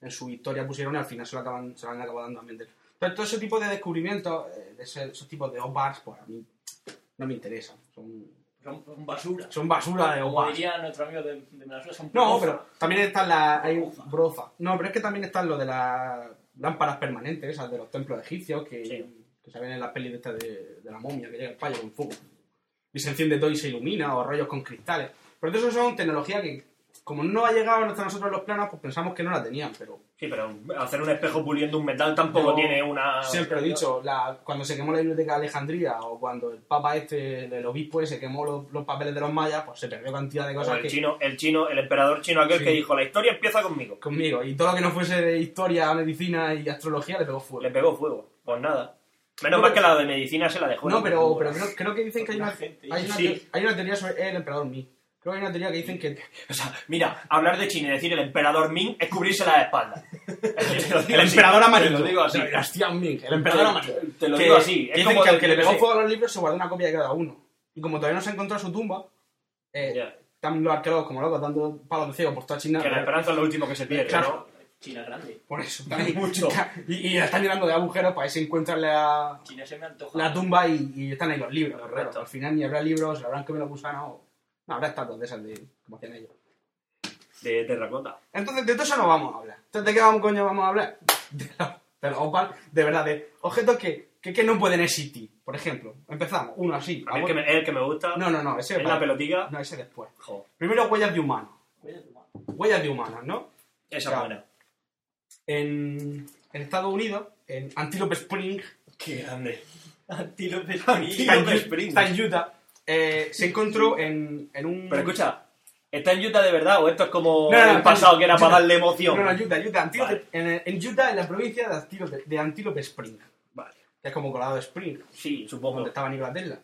S4: en su historia pusieron y al final se lo, acaban, se lo han acabado dando a Mendel. Pero todo ese tipo de descubrimientos, eh, de ese- esos tipos de opars, pues a mí no me interesan. Son,
S6: Son, son basura.
S4: son basura de
S6: Como
S4: opars.
S6: diría nuestro amigo de, de Menasura, son
S4: No,
S6: broza.
S4: pero también están las. Hay
S6: Broza.
S4: broza. No, pero es que también están lo de las lámparas permanentes, esas de los templos egipcios, que,
S2: Sí.
S4: que se ven en las pelis de, estas de, de la momia, que llega el payo con fuego. Y se enciende todo y se ilumina, o rollos con cristales. Pero eso son tecnología que, como no ha llegado hasta nosotros los planos, pues pensamos que no la tenían. Pero
S2: Sí, pero hacer un espejo puliendo un metal tampoco
S4: Yo
S2: tiene
S6: Ah,
S2: una...
S4: siempre he dicho, la- cuando se quemó la biblioteca de Alejandría, o cuando el papa este, el obispo ese, quemó los, los papeles de los mayas, pues se perdió cantidad de
S2: O
S4: cosas
S2: el
S4: que.
S2: chino, el chino, el emperador chino aquel
S4: Sí.
S2: que dijo, la historia empieza conmigo.
S4: Conmigo, y todo lo que no fuese de historia, medicina y astrología le pegó fuego.
S2: Le pegó fuego. Pues nada. Menos
S4: No,
S2: mal
S4: pero-
S2: que la de medicina se la dejó. en
S4: No,
S2: el
S4: pero,
S2: culo.
S4: pero creo, creo que dicen que hay una,
S6: gente.
S4: hay una,
S2: Sí.
S4: te- hay una teoría sobre el emperador Ming. Creo que hay una teoría que dicen que...
S2: O sea, mira, hablar de China y decir el emperador Ming es cubrirse la espalda. el Te lo digo así.
S4: El Sebastián Ming, el emperador amarillo.
S2: Te lo
S4: Que
S2: digo así. Es
S4: dicen
S2: como
S4: que
S2: del-
S4: al que le
S2: yo qué
S4: pegó
S2: sé.
S4: fuego a los libros se guardó una copia de cada uno. Y como todavía no se ha encontrado su tumba, eh,
S2: Ya,
S4: están los arqueólogos como locos dando palos de ciego por toda China.
S2: Que la esperanza es lo último que se pierde,
S4: Claro.
S6: China grande.
S4: Por eso. también.
S2: Mucho.
S4: Y, y la están llenando de agujeros para ahí se encuentran la,
S6: China se me antoja.
S4: la tumba y, y están ahí los libros.
S2: Los
S4: claro.
S2: restos.
S4: Al final ni habrá libros, ni habrán comido gusanos. o- No, habrá estatuas de esas de... como hacían ellos.
S2: ¿no? De terracota.
S4: Entonces, de todo eso no vamos a hablar. Entonces, ¿de qué vamos, coño, vamos a hablar? De los de los opal, de verdad, de objetos que, que, que no pueden existir. Por ejemplo, empezamos, uno así.
S2: A mí el que me, es el que me gusta.
S4: No, no, no, ese
S2: Es la
S4: vale.
S2: pelotica.
S4: No, ese después.
S2: Jo,
S4: Primero, huellas de humanos.
S6: Cuida tu mano.
S4: Huellas de humanos, ¿no?
S2: esa es
S4: Claro.
S2: buena.
S4: En, en Estados Unidos, en Antelope Spring,
S2: Qué grande.
S6: Antílope Spring.
S4: está en
S2: Antelope
S4: Ut-
S2: Spring.
S4: está en Utah, eh, se encontró en, en un...
S2: Pero escucha, ¿está en Utah de verdad o esto es como
S4: No, no,
S2: el
S4: no,
S2: pasado
S4: no,
S2: que era
S4: Utah.
S2: para darle emoción?
S4: No, no, Utah, Utah, Antelope-
S2: Vale.
S4: en, en Utah, en la provincia de Antelope, de Antelope Spring,
S2: Vale.
S4: que es como Colorado Spring,
S2: Sí,
S4: donde
S2: supongo.
S4: estaba Nikola Tesla.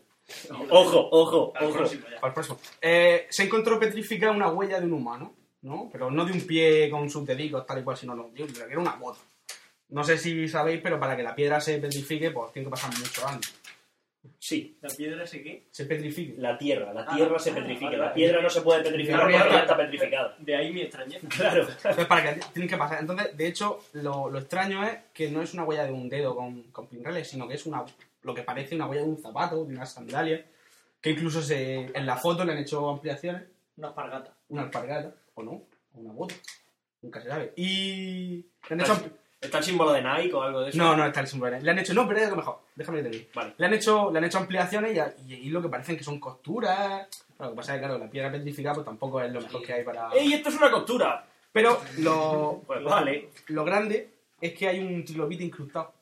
S7: Ojo, ojo,
S2: Al
S7: ojo.
S2: próximo ya.
S4: Para el próximo. Eh, se encontró petrificada una huella de un humano, ¿no? Pero no de un pie con sus dedicos, tal y cual, sino no, de un- era una bota. No sé si sabéis, pero para que la piedra se petrifique, pues tiene que pasar muchos años.
S7: Sí,
S2: ¿La piedra se qué?
S4: Se petrifique.
S7: la tierra, la tierra
S2: Ah,
S7: se
S2: ah,
S7: petrifica.
S2: vale,
S7: la
S2: vale.
S7: piedra no se puede petrificar
S2: La
S7: porque
S2: piedra-
S7: ya está petrificada.
S2: De ahí mi extrañeza.
S7: Claro.
S4: Entonces, para que tienen que pasar. Entonces, de hecho, lo, lo extraño es que no es una huella de un dedo con, con pinreles, sino que es una lo que parece una huella de un zapato, de unas sandalias, que incluso se, en la foto le han hecho ampliaciones.
S6: Una espargata.
S4: una alpargata, o no, o una bota. Nunca se sabe. Y. Le han
S2: Está-
S4: hecho.
S2: ¿Está el símbolo de Nike o algo de eso?
S4: No, no está el símbolo. Le han hecho. No, pero es lo mejor. Déjame que te diga.
S2: Vale.
S4: Le han hecho, le han hecho ampliaciones y, a- y, y lo que parecen que son costuras. Lo que pasa es que, claro, la piedra petrificada pues, tampoco es lo mejor que hay para.
S2: ¡Ey, esto es una costura!
S4: Pero lo,
S2: Pues vale.
S4: lo grande es que hay un trilobite incrustado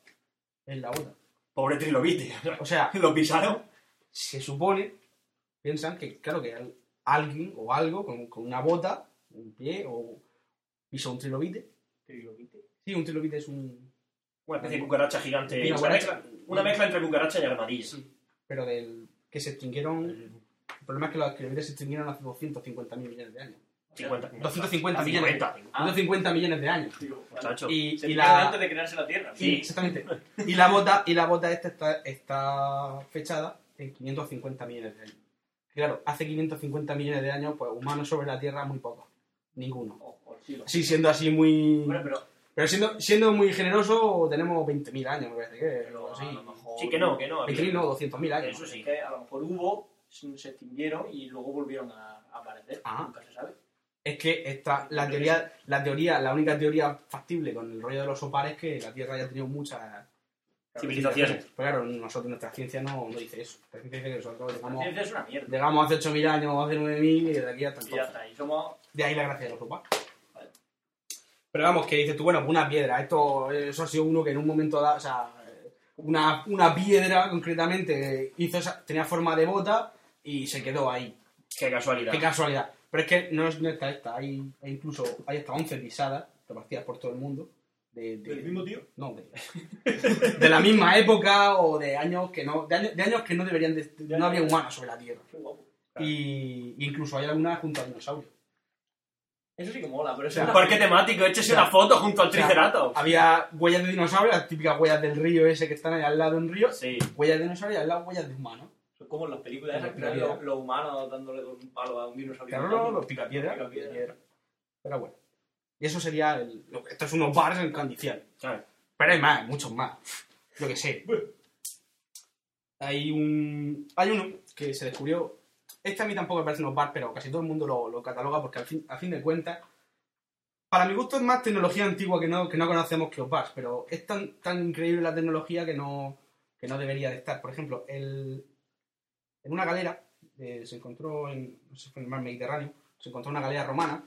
S4: en la bota.
S2: Pobre trilobite.
S4: O sea,
S2: ¿Lo pisaron?
S4: se supone, piensan que, claro, que al- alguien o algo con, con una bota, un pie o pisó un trilobite.
S2: ¿Trilobite?
S4: Sí, un trilobite es un.
S2: Una especie de cucaracha gigante.
S4: Una
S2: Una,
S4: cucaracha.
S2: mezcla, una mezcla entre cucaracha y armadillo.
S4: Sí. pero del que se extinguieron. El problema es que los escribientes se extinguieron hace 250 millones de años.
S2: 50.
S4: 250 millones.
S2: 50.
S4: 250 millones de años.
S2: Muchacho.
S4: Ah, Y,
S6: Ah. Se
S4: y
S6: tiraron
S4: la,
S6: antes de crearse la tierra.
S4: y- exactamente. Y la bota, y la bota esta está, está fechada en 550 millones de años. Claro, hace 550 millones de años, pues humanos sobre la Tierra muy pocos. Ninguno.
S6: O- o sí, lo-
S4: Sí, siendo así muy.
S6: Bueno, pero,
S4: Pero siendo, siendo muy generoso, tenemos 20.000 años, me parece que.
S6: pero
S4: o
S6: a
S4: así.
S6: lo mejor...
S2: Sí, que no, que no.
S4: 20.000 no, 200.000 años.
S2: Eso sí.
S6: Que a lo mejor hubo, se se extinguieron y luego volvieron a a aparecer.
S4: Ah.
S6: Nunca se sabe.
S4: Es que esta, la teoría, la teoría, la única teoría factible con el rollo de los opares es que la Tierra haya tenido muchas
S2: Civilizaciones.
S4: Pero claro, nosotros, nuestra ciencia no, no dice eso. La ciencia dice que nosotros
S6: La
S4: llegamos,
S6: ciencia es una mierda.
S4: llegamos hace 8.000 años o hace 9.000 y de aquí hasta
S6: Y ya
S4: entonces.
S6: está. Y somos...
S4: De ahí la gracia de los opares.
S6: Vale.
S4: Pero vamos, que dices tú, bueno, pues una piedra. Esto, eso ha sido uno que en un momento dado, o sea, una, una piedra concretamente hizo esa- tenía forma de bota y se quedó ahí.
S2: Qué casualidad.
S4: Qué casualidad. Pero es que no es no está esta. Hay, hay incluso hay hasta 11 pisadas repartidas por todo el mundo. De, de-
S6: tío?
S4: No, de, de la misma época o de años que no. De años, de años que no deberían de, no había humanos sobre la Tierra.
S6: Qué guapo.
S4: Y, y incluso hay algunas junto a dinosaurios.
S6: Eso sí que mola, pero eso
S4: O
S6: es
S4: sea,
S2: Un
S6: una-
S2: parque temático. Échese una foto junto al
S4: O sea,
S2: triceratops.
S4: Había huellas de dinosaurios, las típicas huellas del río ese que están ahí al lado de un río.
S2: Sí.
S4: Huellas de dinosaurios y al lado huellas de humanos.
S6: eso es como en las películas esas que
S4: Claro,
S6: eran
S4: claro.
S6: los, los humanos dándole con un palo a un dinosaurio.
S4: Claro, no, los picapiedras. picapiedras. Pero bueno. Y eso sería. El, lo- esto es unos bares en condición.
S2: Claro.
S4: Pero hay más, muchos más. Yo que sé. Hay un. Hay uno que se descubrió. Este a mí tampoco me parece unos bar, pero casi todo el mundo lo, lo cataloga porque al fin, a fin de cuentas. Para mi gusto es más tecnología antigua que no, que no conocemos que los bars, pero es tan, tan increíble la tecnología que no, que no debería de estar. Por ejemplo, el, en una galera, eh, se encontró en, no sé si fue en el mar Mediterráneo, se encontró una galera romana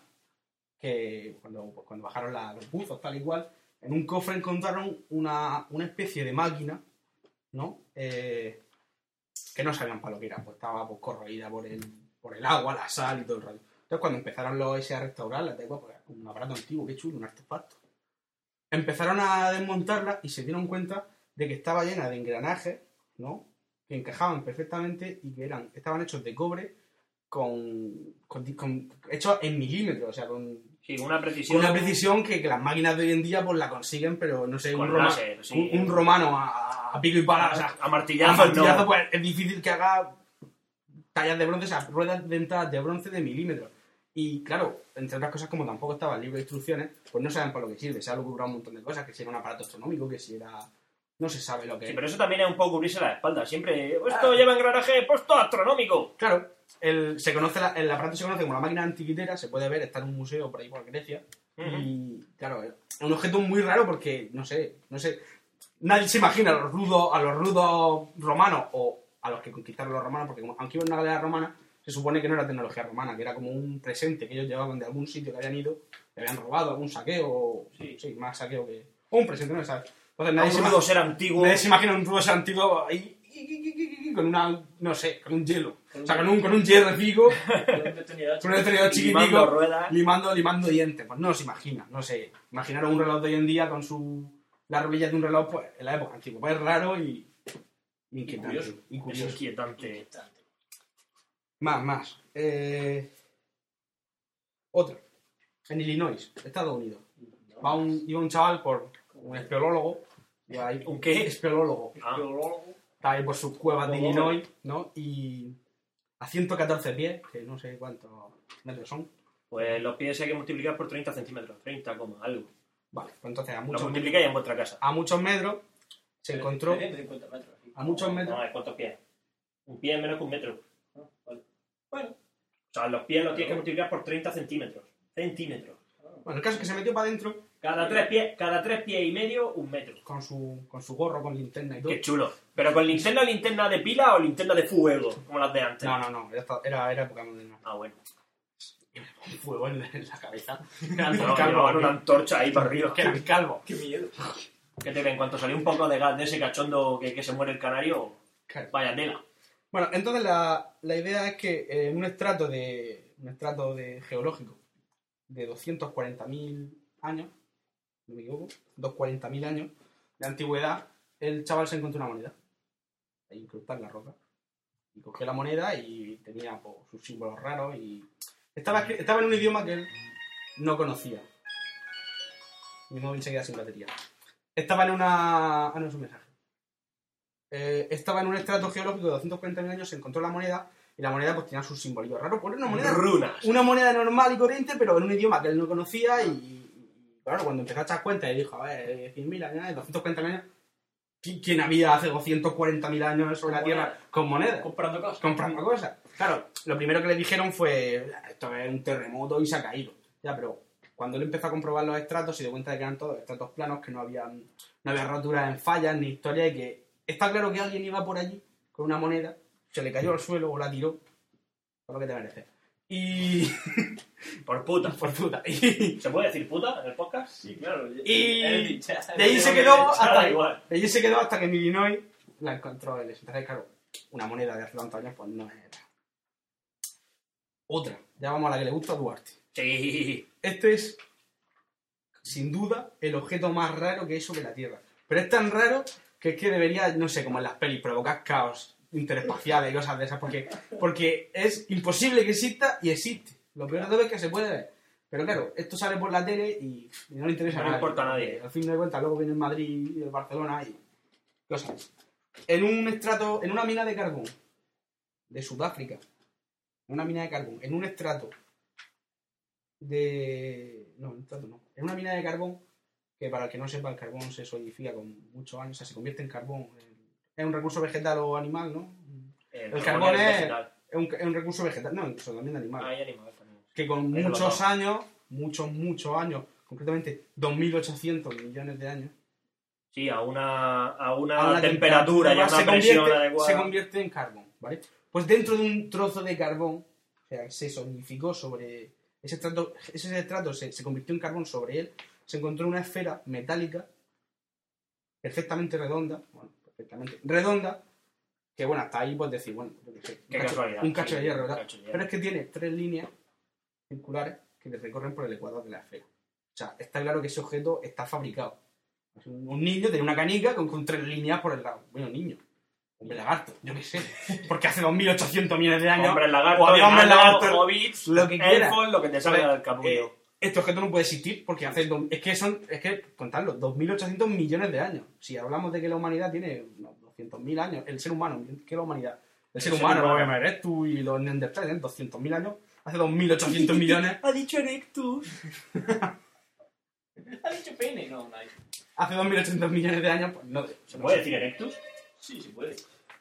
S4: que cuando, pues, cuando bajaron la- los buzos, tal igual, en un cofre encontraron una, una especie de máquina, ¿no? Eh, que no sabían para lo que era, pues estaba pues, corroída por el, por el agua, la sal y todo el rollo. Entonces, cuando empezaron los ese a restaurarla, tal igual, pues, era un aparato antiguo, qué chulo, un artefacto. Empezaron a desmontarla y se dieron cuenta de que estaba llena de engranajes, ¿no? Que encajaban perfectamente y que eran, estaban hechos de cobre con, con- con- hechos en milímetros, o sea, con,
S2: Sí, una precisión.
S4: con una precisión que, que las máquinas de hoy en día pues la consiguen, pero no sé,
S2: Con
S4: un, roma-
S2: láser, sí.
S4: un- un romano a, a pico y pala, o sea,
S2: a
S4: a
S2: martillazo,
S4: martillazo,
S2: no.
S4: pues es difícil que haga tallas de bronce, o sea, ruedas de entradas de bronce de milímetros. Y claro, entre otras cosas, como tampoco estaba el libro de instrucciones, pues no saben para lo que sirve. Se ha logrado un montón de cosas, que si era un aparato astronómico, que si era... No se sabe lo que
S2: Sí,
S4: es.
S2: pero eso también es un poco cubrirse la espalda. Siempre, "Pues
S4: Ah.
S2: esto lleva engranaje, puesto astronómico.
S4: Claro, el, se conoce la- el aparato se conoce como la máquina antiquitera, se puede ver, está en un museo por ahí por Grecia. Y claro, es un objeto muy raro porque, no sé, no sé. Nadie se imagina a los rudos, a los rudos romanos o a los que conquistaron los romanos, porque como- aunque iba en una galera romana, se supone que no era tecnología romana, que era como un presente que ellos llevaban de algún sitio que habían ido, le habían robado algún saqueo, o- sí,
S6: Sí.
S4: más saqueo que. O un presente, no sabes. Entonces nadie
S2: Un
S4: se
S2: rudo
S4: imagina.
S2: ser antiguo.
S4: Nadie se imagina un ruso antiguo ahí y- y- y- y- con una, no sé, con un hielo. O sea, con un, con un hierro pico, con un determinado
S2: limando
S4: chiquitico,
S2: ruedas.
S4: limando, limando dientes. Pues no se imagina, no sé. Imaginar un reloj de hoy en día con su, la rodilla de un reloj, pues en la época antigua. Pues es raro y Inquietante.
S5: curioso.
S4: Y
S2: Es
S4: curioso.
S2: inquietante.
S4: Más, más. Eh, Otra. En Illinois, Estados Unidos. Va un, iba un chaval por un espeleólogo. Iba ahí,
S2: ¿Un qué?
S4: Espeleólogo.
S2: Ah,
S4: Estaba ahí por sus cuevas de
S2: Espeleólogo.
S4: Illinois, ¿no? Y a 114 pies, que no sé cuántos metros son.
S2: pues los pies hay que multiplicar por 30 centímetros. 30, coma algo.
S4: Vale, pues entonces a
S2: Lo
S4: muchos,
S2: multiplicáis en vuestra casa.
S4: a muchos metros se encontró.
S7: 350 metros. sí.
S4: A muchos metros.
S2: No, ¿cuántos pies? Un pie es menos que un metro.
S7: Ah, vale.
S2: O sea, los pies los tienes que multiplicar por 30 centímetros. Centímetros.
S4: Bueno, el caso es que se metió para adentro
S2: Cada tres pies, cada tres pies y medio, un metro.
S4: con su, con su gorro, con linterna y todo.
S2: Qué chulo. Pero con linterna, linterna de pila o linterna de fuego, como las de antes.
S4: No, no, no, ya está- era, era época moderna.
S2: Ah, bueno.
S4: Fuego en la, en la cabeza.
S2: No,
S4: Eran
S2: llevaban una
S4: calvos.
S2: antorcha ahí para arriba.
S4: Que eran calvos.
S7: Qué miedo.
S2: ¿Qué te ve? En cuanto salió un poco de gas de ese cachondo que, que se muere el canario,
S4: Claro.
S2: vaya tela.
S4: Bueno, entonces la, la idea es que eh, un estrato de un estrato de geológico de 240.000 años, no me equivoco, 240.000 años de antigüedad, el chaval se encontró una moneda. Ahí incrustada en la roca. Y cogió la moneda y tenía pues, sus símbolos raros y estaba, escri- estaba en un idioma que él no conocía. Mi móvil se queda sin batería. Estaba en una... Ah, no, es un mensaje. Eh, estaba en un estrato geológico de 240.000 años, se encontró la moneda y la moneda pues tenía sus simbolillos raros. Pues era una moneda,
S2: Runas.
S4: una moneda normal y corriente, pero en un idioma que él no conocía y, y, claro, cuando empezó a echar cuenta y dijo, a ver, eh, 100.000 años, 240.000 años, ¿qui- ¿quién había hace 240.000 años sobre la
S6: Con
S4: Tierra
S6: monedas.
S4: con monedas?
S6: Comprando cosas.
S4: comprando cosas. Claro, lo primero que le dijeron fue, esto es un terremoto y se ha caído. Ya, pero cuando él empezó a comprobar los estratos, se dio cuenta de que eran todos estratos planos, que no había, no había roturas en fallas ni historia, y que está claro que alguien iba por allí con una moneda, se le cayó al suelo o la tiró, por lo que te mereces. Y...
S2: Por puta.
S4: por puta. Y...
S2: ¿Se puede decir puta en el podcast?
S7: Sí, claro.
S4: Y-
S7: Eres hinchada.
S4: De ahí se quedó hasta
S2: Chada,
S4: que,
S2: igual.
S4: de allí se quedó hasta que en Illinois la encontró él. Entonces, claro, una moneda de hace tantos años, pues no es. Otra. Ya vamos a la que le gusta a Duarte.
S2: Sí.
S4: Este es, sin duda, el objeto más raro que hay sobre la Tierra. Pero es tan raro que es que debería, no sé, como en las pelis, provocar caos interespaciales y cosas de esas, porque, porque es imposible que exista y existe. Lo peor de todo es que se puede ver. Pero claro, esto sale por la tele y no le interesa
S2: No
S4: a nadie.
S2: importa a nadie.
S4: Eh, Al fin de cuentas, luego viene el Madrid y el Barcelona y cosas. En un estrato, en una mina de carbón de Sudáfrica, en una mina de carbón, en un estrato de. No, en tanto no. En una mina de carbón, que para el que no sepa, el carbón se solidifica con muchos años, o sea, se convierte en carbón. Es un recurso vegetal o animal, ¿no? El carbón es-
S2: Eh,
S4: Ah.
S2: vegetal.
S4: Es un, es un recurso vegetal, no, incluso también animal.
S2: Hay animales también.
S4: que con
S2: ahí lo
S4: muchos años, muchos, muchos años, concretamente 2.800 millones de años,
S2: Sí, a una, a una,
S4: a una
S2: temperatura y a
S4: se
S2: una presión
S4: convierte,
S2: adecuada.
S4: se convierte en carbón, ¿vale? Pues dentro de un trozo de carbón, o sea, se solidificó sobre ese estrato, ese estrato se, se convirtió en carbón sobre él, se encontró una esfera metálica perfectamente redonda, bueno, perfectamente redonda, que bueno, hasta ahí pues decir, bueno, yo qué sé,
S2: Qué
S4: un cacho,
S2: casualidad.
S4: un cacho
S2: sí,
S4: de hierro,
S2: un
S4: ¿verdad?
S2: cacho de hierro.
S4: Pero este es que tiene tres líneas circulares que le recorren por el ecuador de la esfera. O sea, está claro que ese objeto está fabricado. Es Un un niño tiene una canica con, con tres líneas por el lado. Bueno, niño. Hombre lagarto, yo qué sé. Porque hace 2.800 millones de años.
S2: Hombre lagarto,
S4: o había hombre
S2: enano,
S4: lagarto,
S2: hobbits,
S4: lo que quiera.
S2: elfos, lo que te salga
S4: Hombre,
S2: del capullo.
S4: eh, Este objeto no puede existir porque hace. do- Es que son. Es que, contadlo, 2.800 millones de años. Si hablamos de que la humanidad tiene unos 200.000 años, el ser humano, ¿qué es la humanidad? El ser
S2: El ser
S4: humano,
S2: humano.
S4: lo que me eres tú y los neandertales tienen 200.000 años, hace 2.800 millones
S6: Ha dicho Erectus. ha dicho pene. No, no.
S4: hace 2.800 millones de años, pues no.
S2: ¿Se puede decir erectus?
S6: Sí, se puede.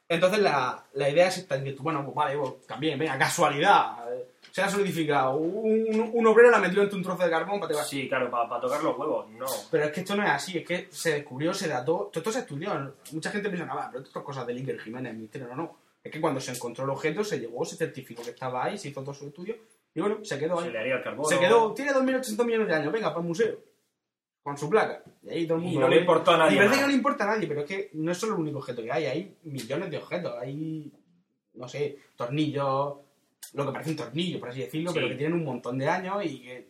S4: Entonces la, la idea es esta, y tú, bueno, pues vale, pues, también, venga, casualidad. eh, Se ha solidificado. Un, un obrero la ha metido entre un trozo de carbón para
S2: Sí, claro, para tocar los huevos, no.
S4: Pero es que esto no es así, es que se descubrió, se dató, todo esto se estudió. Mucha gente piensa, "Ah, va, pero esto es cosas de Iker Jiménez, misterio, no, no. Es que cuando se encontró el objeto, se llegó, se certificó que estaba ahí, se hizo todo su estudio, y bueno, se quedó
S2: Se
S4: ahí.
S2: le haría el carbón.
S4: Se quedó, tiene 2.800 millones de años, venga, para el museo. Con su placa. Y ahí todo el
S2: Y
S4: mundo.
S2: no
S4: lo
S2: le
S4: ve.
S2: importó a nadie
S4: Y parece
S2: más.
S4: que no le importa a nadie, pero es que no es solo el único objeto que hay, hay millones de objetos, hay, no sé, tornillos, lo que parece un tornillo, por así decirlo,
S2: Sí.
S4: pero que tienen un montón de años y que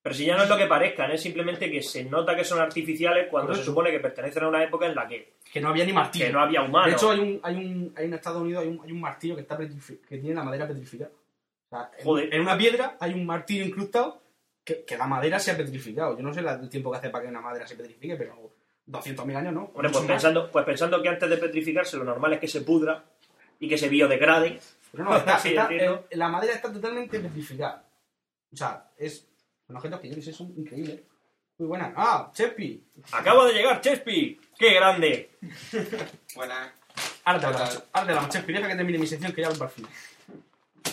S2: Pero si ya no es lo que parezcan, es simplemente que se nota que son artificiales cuando se
S4: Correcto.
S2: supone que pertenecen a una época en la que,
S4: Que no había ni
S2: que
S4: martillo.
S2: Ah, no había humanos.
S4: De hecho, hay un, hay un, hay en Estados Unidos hay un, hay un martillo que, está petrifi- que tiene la madera petrificada. O sea, en-
S2: Joder.
S4: En, una piedra hay un martillo incrustado que, que la madera se ha petrificado. Yo no sé la- el tiempo que hace para que una madera se petrifique, pero 200.000 años, ¿no?
S2: Hombre,
S4: Mucho
S2: pues
S4: más.
S2: pensando, pues pensando que antes de petrificarse lo normal es que se pudra y que se biodegrade.
S4: Pero no, está-
S2: Sí,
S4: está-
S2: entiendo.
S4: el- la madera está totalmente petrificada. O sea, es. Los objetos que yo que sé son increíbles. Muy buenas. Ah, Chepi.
S2: ¡Acaba de llegar Chespi! ¡Qué grande!
S8: Buenas.
S4: Ahora te hablamos, ahora te hablamos, Chepi. Deja que termine mi sección que ya voy para el final.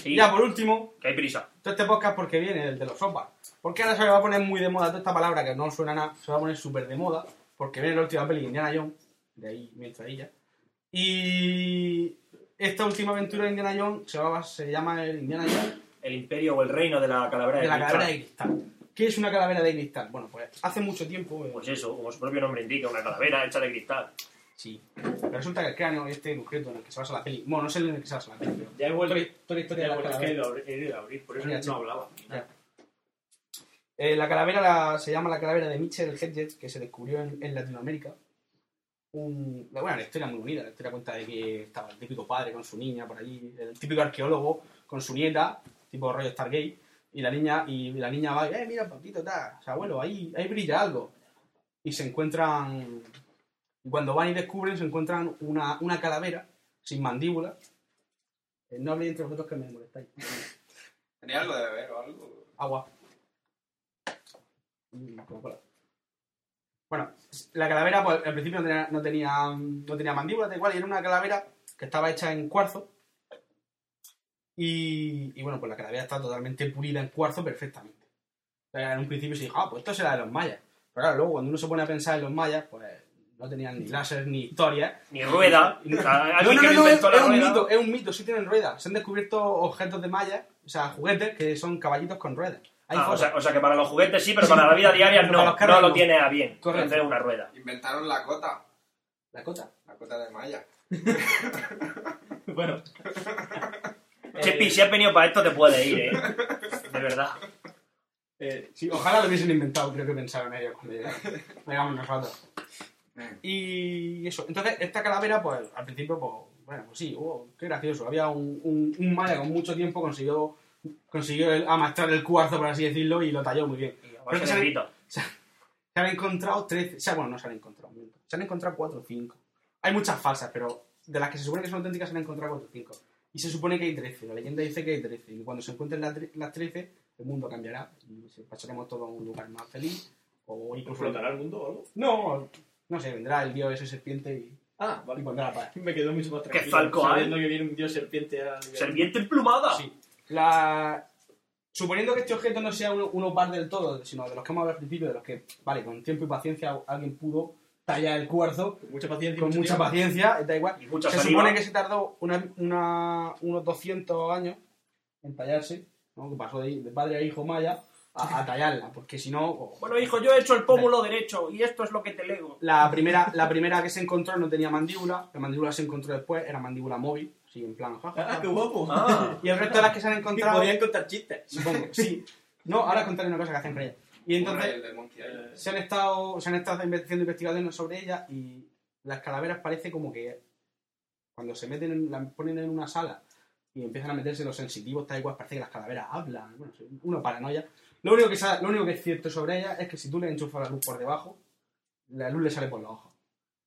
S2: Sí,
S4: Y ya por último,
S2: que hay prisa.
S4: todo este podcast porque viene el de los sopas. Porque ahora se me va a poner muy de moda toda esta palabra que no suena nada, se va a poner súper de moda, porque viene la última peli de Indiana Jones, de ahí mi entradilla. Y esta última aventura de Indiana Jones se, va- se llama el Indiana Jones
S2: El imperio o el reino de la calavera de,
S4: de la
S2: cristal.
S4: calavera de cristal. ¿Qué es una calavera de cristal? Bueno, pues hace mucho tiempo, eh,
S2: Pues eso, como su propio nombre indica, una calavera hecha de cristal.
S4: sí, pero resulta que el cráneo, este en concreto en el que se basa la peli, bueno, no sé en el que se basa la peli, pero
S1: Ya he vuelto.
S4: toda la historia de
S1: Ya he
S4: la
S1: vuelto, es
S4: calavera.
S1: que lo abrí- he ido a abrir, por eso
S4: Mira,
S1: no
S4: chico.
S1: hablaba.
S4: Ya. Eh, la calavera la- se llama la calavera de Mitchell Hedges, que se descubrió en, en Latinoamérica. Un, bueno, una historia muy bonita. La historia cuenta de que estaba el típico padre con su niña por allí, el típico arqueólogo con su nieta, tipo rollo Stargate, y la niña, y la niña va, eh, mira, papito, está, o sea, abuelo, ahí, ahí brilla algo. Y se encuentran, y cuando van y descubren, se encuentran una, una calavera sin mandíbula. Eh, no habléis entre vosotros que me molestáis.
S8: ¿Tenéis algo de beber o algo?
S4: Agua. Mm, Coca-Cola. Bueno, la calavera pues, al principio no tenía, no tenía, no tenía mandíbula, tal cual, y era una calavera que estaba hecha en cuarzo. Y, y bueno, pues la calavera está totalmente pulida en cuarzo perfectamente. O sea, en un principio se dijo, ah, pues esto será de los mayas. Pero claro, luego cuando uno se pone a pensar en los mayas, pues no tenían ni láser ni historia, ¿eh?
S2: Ni rueda. o sea,
S4: no,
S2: alguien
S4: no,
S2: que
S4: no,
S2: no
S4: no, es,
S2: Ah, inventó la
S4: es un
S2: rueda.
S4: mito, es un mito, sí tienen ruedas. Se han descubierto objetos de malla, o sea, juguetes que son caballitos con ruedas. Hay
S2: Ah, o,
S4: fotos.
S2: sea, o sea que para los juguetes sí, pero para la vida diaria
S4: Pero
S2: no,
S4: para los carros
S2: no lo
S4: no.
S2: tiene a bien.
S4: Correcto.
S2: Hacer una rueda.
S8: Inventaron la cota.
S4: La cota.
S8: La cota de malla.
S1: Bueno,
S2: Chepi, si has venido para esto te puedes ir, ¿eh? De verdad.
S1: eh,
S4: Sí, ojalá lo hubiesen inventado, creo que pensaron ellos cuando llegaron. Llegamos nosotros. Y eso. Entonces, esta calavera, pues, al principio, pues, bueno, pues sí, oh, qué gracioso. Había un, un, un maya con mucho tiempo consiguió, consiguió el- amastrar el cuarzo, por así decirlo, y lo talló muy bien.
S2: A
S4: Pero
S2: base
S4: que
S2: de
S4: se-
S2: gritos.
S4: Se han encontrado 13. O sea, bueno, no se han encontrado. miento. Se han encontrado 4 o 5. Hay muchas falsas, pero de las que se supone que son auténticas se han encontrado 4 o 5. Y se supone que hay 13. La leyenda dice que hay 13. Y cuando se encuentren las tre- las 13, el mundo cambiará. Y se- pasaremos todos a un lugar más feliz. O incluso.
S1: ¿flotará el mundo o algo?
S4: No, no sé, vendrá el dios ese serpiente y,
S1: Ah,
S4: y
S1: vale.
S4: pondrá la paz.
S1: Me quedo mucho más tranquilo.
S2: Falco hay?
S1: sabiendo que viene un dios serpiente a...
S2: Serpiente emplumada.
S4: Sí. La... Suponiendo que este objeto no sea uno, uno par del todo, sino de los que hemos hablado al principio, de los que, vale, con tiempo y paciencia alguien pudo tallar el cuarzo
S1: Con mucha paciencia. y
S4: con
S1: mucho
S4: mucha
S1: tiempo.
S4: paciencia, da igual.
S2: Y mucha
S4: se
S2: saliva.
S4: supone que se tardó una- una- unos 200 años en tallarse, ¿no? que pasó de, de padre a hijo maya a, a tallarla, porque si no, o-
S2: Bueno, hijo, yo he hecho el pómulo derecho y esto es lo que te lego.
S4: la primera, la primera que se encontró no tenía mandíbula, la mandíbula que se encontró después, era mandíbula móvil, así en plan, ja, ja,
S1: Ah,
S4: ja.
S1: qué guapo.
S2: Ah.
S4: Y el resto de las que se han
S1: Y
S4: encontrado,
S1: podían contar chistes.
S4: supongo, sí. No, ahora contaré una cosa que hacen con ella. Y entonces,
S8: El de Monkey Island.
S4: se han estado se han estado haciendo investigaciones sobre ella y las calaveras parece como que cuando se meten en, la ponen en una sala y empiezan a meterse los sensitivos tal igual parece que las calaveras hablan bueno es una paranoia lo único que sa- lo único que es cierto sobre ella es que si tú le enchufas la luz por debajo la luz le sale por los ojos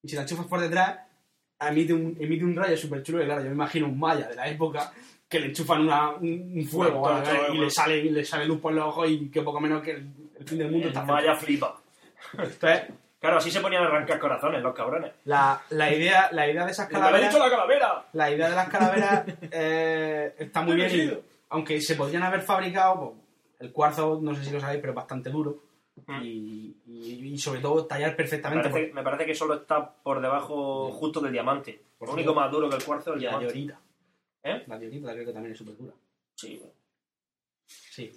S4: y si la enchufas por detrás emite un emite un rayo súper chulo y claro yo me imagino un maya de la época que le enchufan una- un, un fuego
S2: Una
S4: a la
S2: torcha,
S4: vez y
S2: bueno.
S4: le sale y le sale luz por los ojos y que poco menos que el, el fin del mundo
S2: El
S4: está cerca.
S2: Maya flipa.
S4: Entonces,
S2: Claro, así se ponían a arrancar corazones los cabrones.
S4: La, la idea, la idea de esas calaveras,
S2: la calavera!
S4: la idea de las calaveras eh, está muy
S1: Me
S4: bien.
S1: he
S4: y-
S1: ido.
S4: aunque se podrían haber fabricado, pues, el cuarzo, no sé si lo sabéis, pero es bastante duro. Y, y- y sobre todo tallar
S2: Me
S4: perfectamente
S2: parece, me parece que solo está por debajo justo del diamante.
S4: Por
S2: lo único
S4: cierto.
S2: más duro que el cuarzo es el
S4: por la
S2: diamante.
S4: diorita.
S2: ¿Eh?
S4: La diorita creo que también es súper dura.
S2: Sí.
S4: Sí.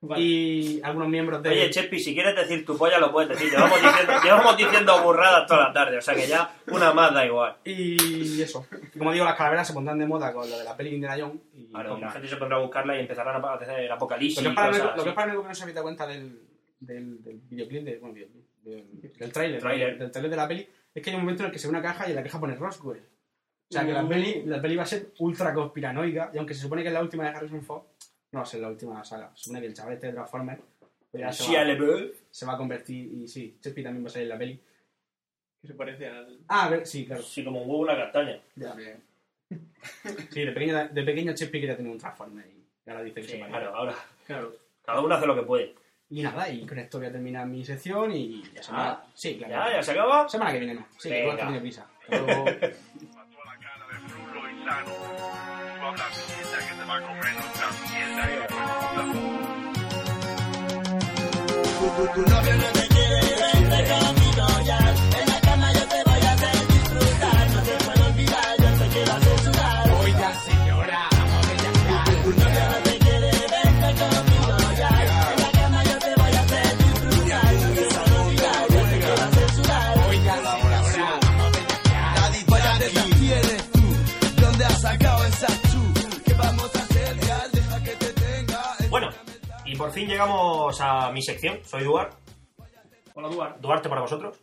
S6: Vale.
S4: y algunos miembros de...
S7: Oye, Chepi, si quieres decir tu polla, lo puedes decir. Llevamos diciendo, llevamos diciendo burradas toda la tarde, o sea que ya una más da igual.
S4: y eso. Y como digo, las calaveras se pondrán de moda con lo de la peli de Indiana Jones. Y
S7: Claro,
S4: con-
S7: la gente se pondrá a buscarla y empezarán a hacer el
S4: lo
S7: apocalipsis
S4: que
S7: y
S4: es para
S7: cosas
S4: lo que
S7: así.
S4: es para que no se habéis dado cuenta del, del, del videoclip, de, bueno, videoclip, del, del tráiler,
S7: Tráiler.
S4: del tráiler de la peli, es que hay un momento en el que se ve una caja y en la caja pone Roswell. O sea, que
S7: Mm.
S4: la peli, la peli va a ser ultra conspiranoica y aunque se supone que es la última de Harrison Ford, no va a ser la última saga. Se supone que el chaval este de Transformers pues ya se,
S7: Sí,
S4: va,
S7: Alebeuf.
S4: se va a convertir y sí, Chespi también va a salir en la peli.
S6: Que se parece al.
S4: Ah, a ver, sí, claro.
S7: Sí, como un huevo una castaña.
S4: Ya.
S5: Bien.
S4: Sí, de pequeño, de pequeño Chespi quería tener un Transformer y ahora dice que se
S7: Sí,
S4: parece.
S7: claro, ahora.
S6: Claro.
S7: Cada uno hace lo que puede.
S4: Y nada, y con esto voy a terminar mi sección y ya se
S7: Ah,
S4: Sí, claro.
S7: ¿Ya? ¿Ya se acaba?
S4: Semana que viene no. Sí,
S7: Venga.
S4: igual que tiene prisa. Pero...
S2: Bueno, y por fin llegamos a mi sección. Soy Duarte.
S6: Hola, Duarte.
S2: Duarte para vosotros.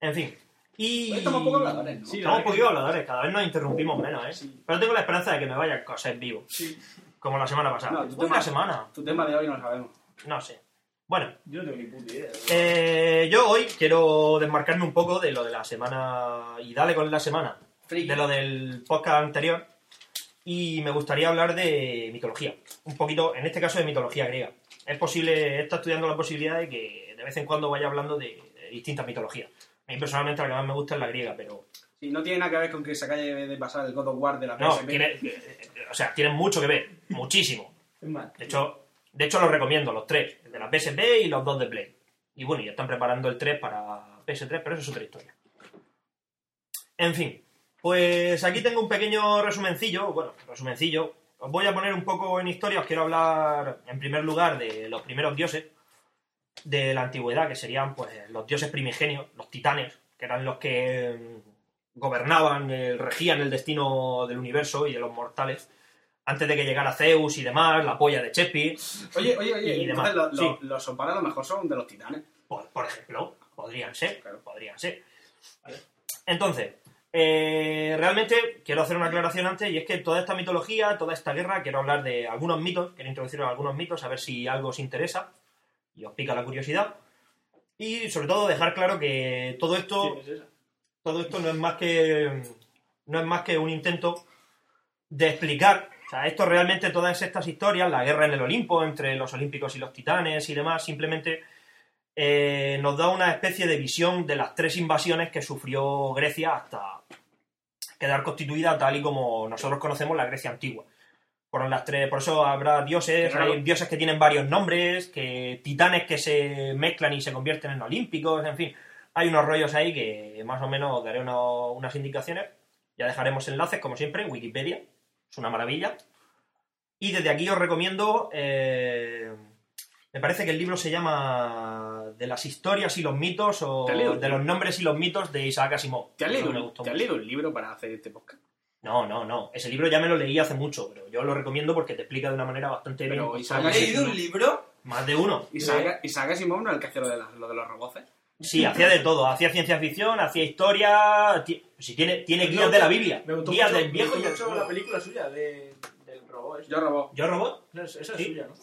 S2: En fin. Y...
S5: Hoy estamos poco habladores, ¿no?
S6: Sí, la
S2: Estamos
S6: verdad que-
S2: poquito habladores, ¿eh? cada vez nos interrumpimos menos, ¿eh? Pero tengo la esperanza de que me vaya a ser vivo.
S5: Sí.
S2: Como la semana pasada.
S5: No, tú te
S2: Fue una
S5: matas.
S2: semana,
S5: Tu tema de hoy no lo sabemos.
S2: no sé. Bueno,
S6: Yo no tengo ni puta idea.
S2: eh, yo hoy quiero desmarcarme un poco de lo de la semana y dale con la semana,
S5: Friki.
S2: de lo del podcast anterior y me gustaría hablar de mitología, un poquito, en este caso de mitología griega. Es posible, está estudiando la posibilidad de que de vez en cuando vaya hablando de, de distintas mitologías. A mí personalmente la que más me gusta es la griega, pero
S5: Sí, no tiene nada que ver con que se acabe de pasar el God of War de la
S2: No,
S5: PSP.
S2: tiene- eh, o sea, tienen mucho que ver, muchísimo.
S6: Es más,
S2: De hecho, de hecho los recomiendo, los tres, el de la PSP y los dos de Play. Y bueno, ya están preparando el 3 para PS3, pero eso es otra historia. En fin, pues aquí tengo un pequeño resumencillo, bueno, resumencillo. Os voy a poner un poco en historia, os quiero hablar en primer lugar de los primeros dioses de la antigüedad, que serían pues los dioses primigenios, los titanes, que eran los que mm, gobernaban, eh, regían el destino del universo y de los mortales, antes de que llegara Zeus y demás, la polla de Chespi,
S5: Oye, oye, oye,
S2: Y
S5: entonces
S2: demás.
S5: los, los,
S2: Sí.
S5: los Sopara a lo mejor son de los titanes.
S2: por, por ejemplo, podrían ser,
S5: Claro.
S2: podrían ser. Entonces, eh, realmente quiero hacer una aclaración antes, y es que toda esta mitología, toda esta guerra, quiero hablar de algunos mitos, quiero introducir algunos mitos, a ver si algo os interesa y os pica la curiosidad. Y sobre todo dejar claro que todo esto...
S6: ¿quién es esa?
S2: todo esto no es más que no es más que un intento de explicar o sea, esto realmente todas estas historias, la guerra en el Olimpo entre los olímpicos y los titanes y demás, simplemente eh, nos da una especie de visión de las tres invasiones que sufrió Grecia hasta quedar constituida tal y como nosotros conocemos la Grecia antigua. Fueron las tres, por eso habrá dioses,
S7: Qué raro.
S2: hay dioses que tienen varios nombres, que titanes que se mezclan y se convierten en olímpicos, en fin. Hay unos rollos ahí que más o menos os daré uno- unas indicaciones. Ya dejaremos enlaces, como siempre, en Wikipedia. Es una maravilla. Y desde aquí os recomiendo. eh, me parece que el libro se llama De las historias y los mitos o
S5: Te leo.
S2: De los nombres y los mitos de Isaac Asimov.
S5: ¿Te has,
S2: Eso
S5: leído,
S2: me
S5: un-
S2: gustó
S5: te has
S2: mucho.
S5: leído un libro para hacer este podcast?
S2: No, no, no. Ese libro ya me lo leí hace mucho, pero yo lo recomiendo porque te explica de una manera bastante
S5: Pero
S2: bien.
S5: Isaac
S6: ¿Has leído un libro?
S2: Más de uno.
S5: Isaac, Isaac Asimov no es el que hace lo de, las- lo de los roboces.
S2: Sí, hacía de todo. Hacía ciencia ficción, hacía historia. ti- Si tiene, tiene guías de la Biblia.
S6: Me gustó
S2: Guías
S6: mucho,
S2: del viejo
S6: me gustó
S2: y del
S6: mucho
S2: Nuevo.
S6: la película suya de, del robot.
S1: este.
S6: ese.
S5: Yo robot.
S2: ¿Yo robot?
S6: No, esa es
S2: Sí.
S6: suya, ¿no?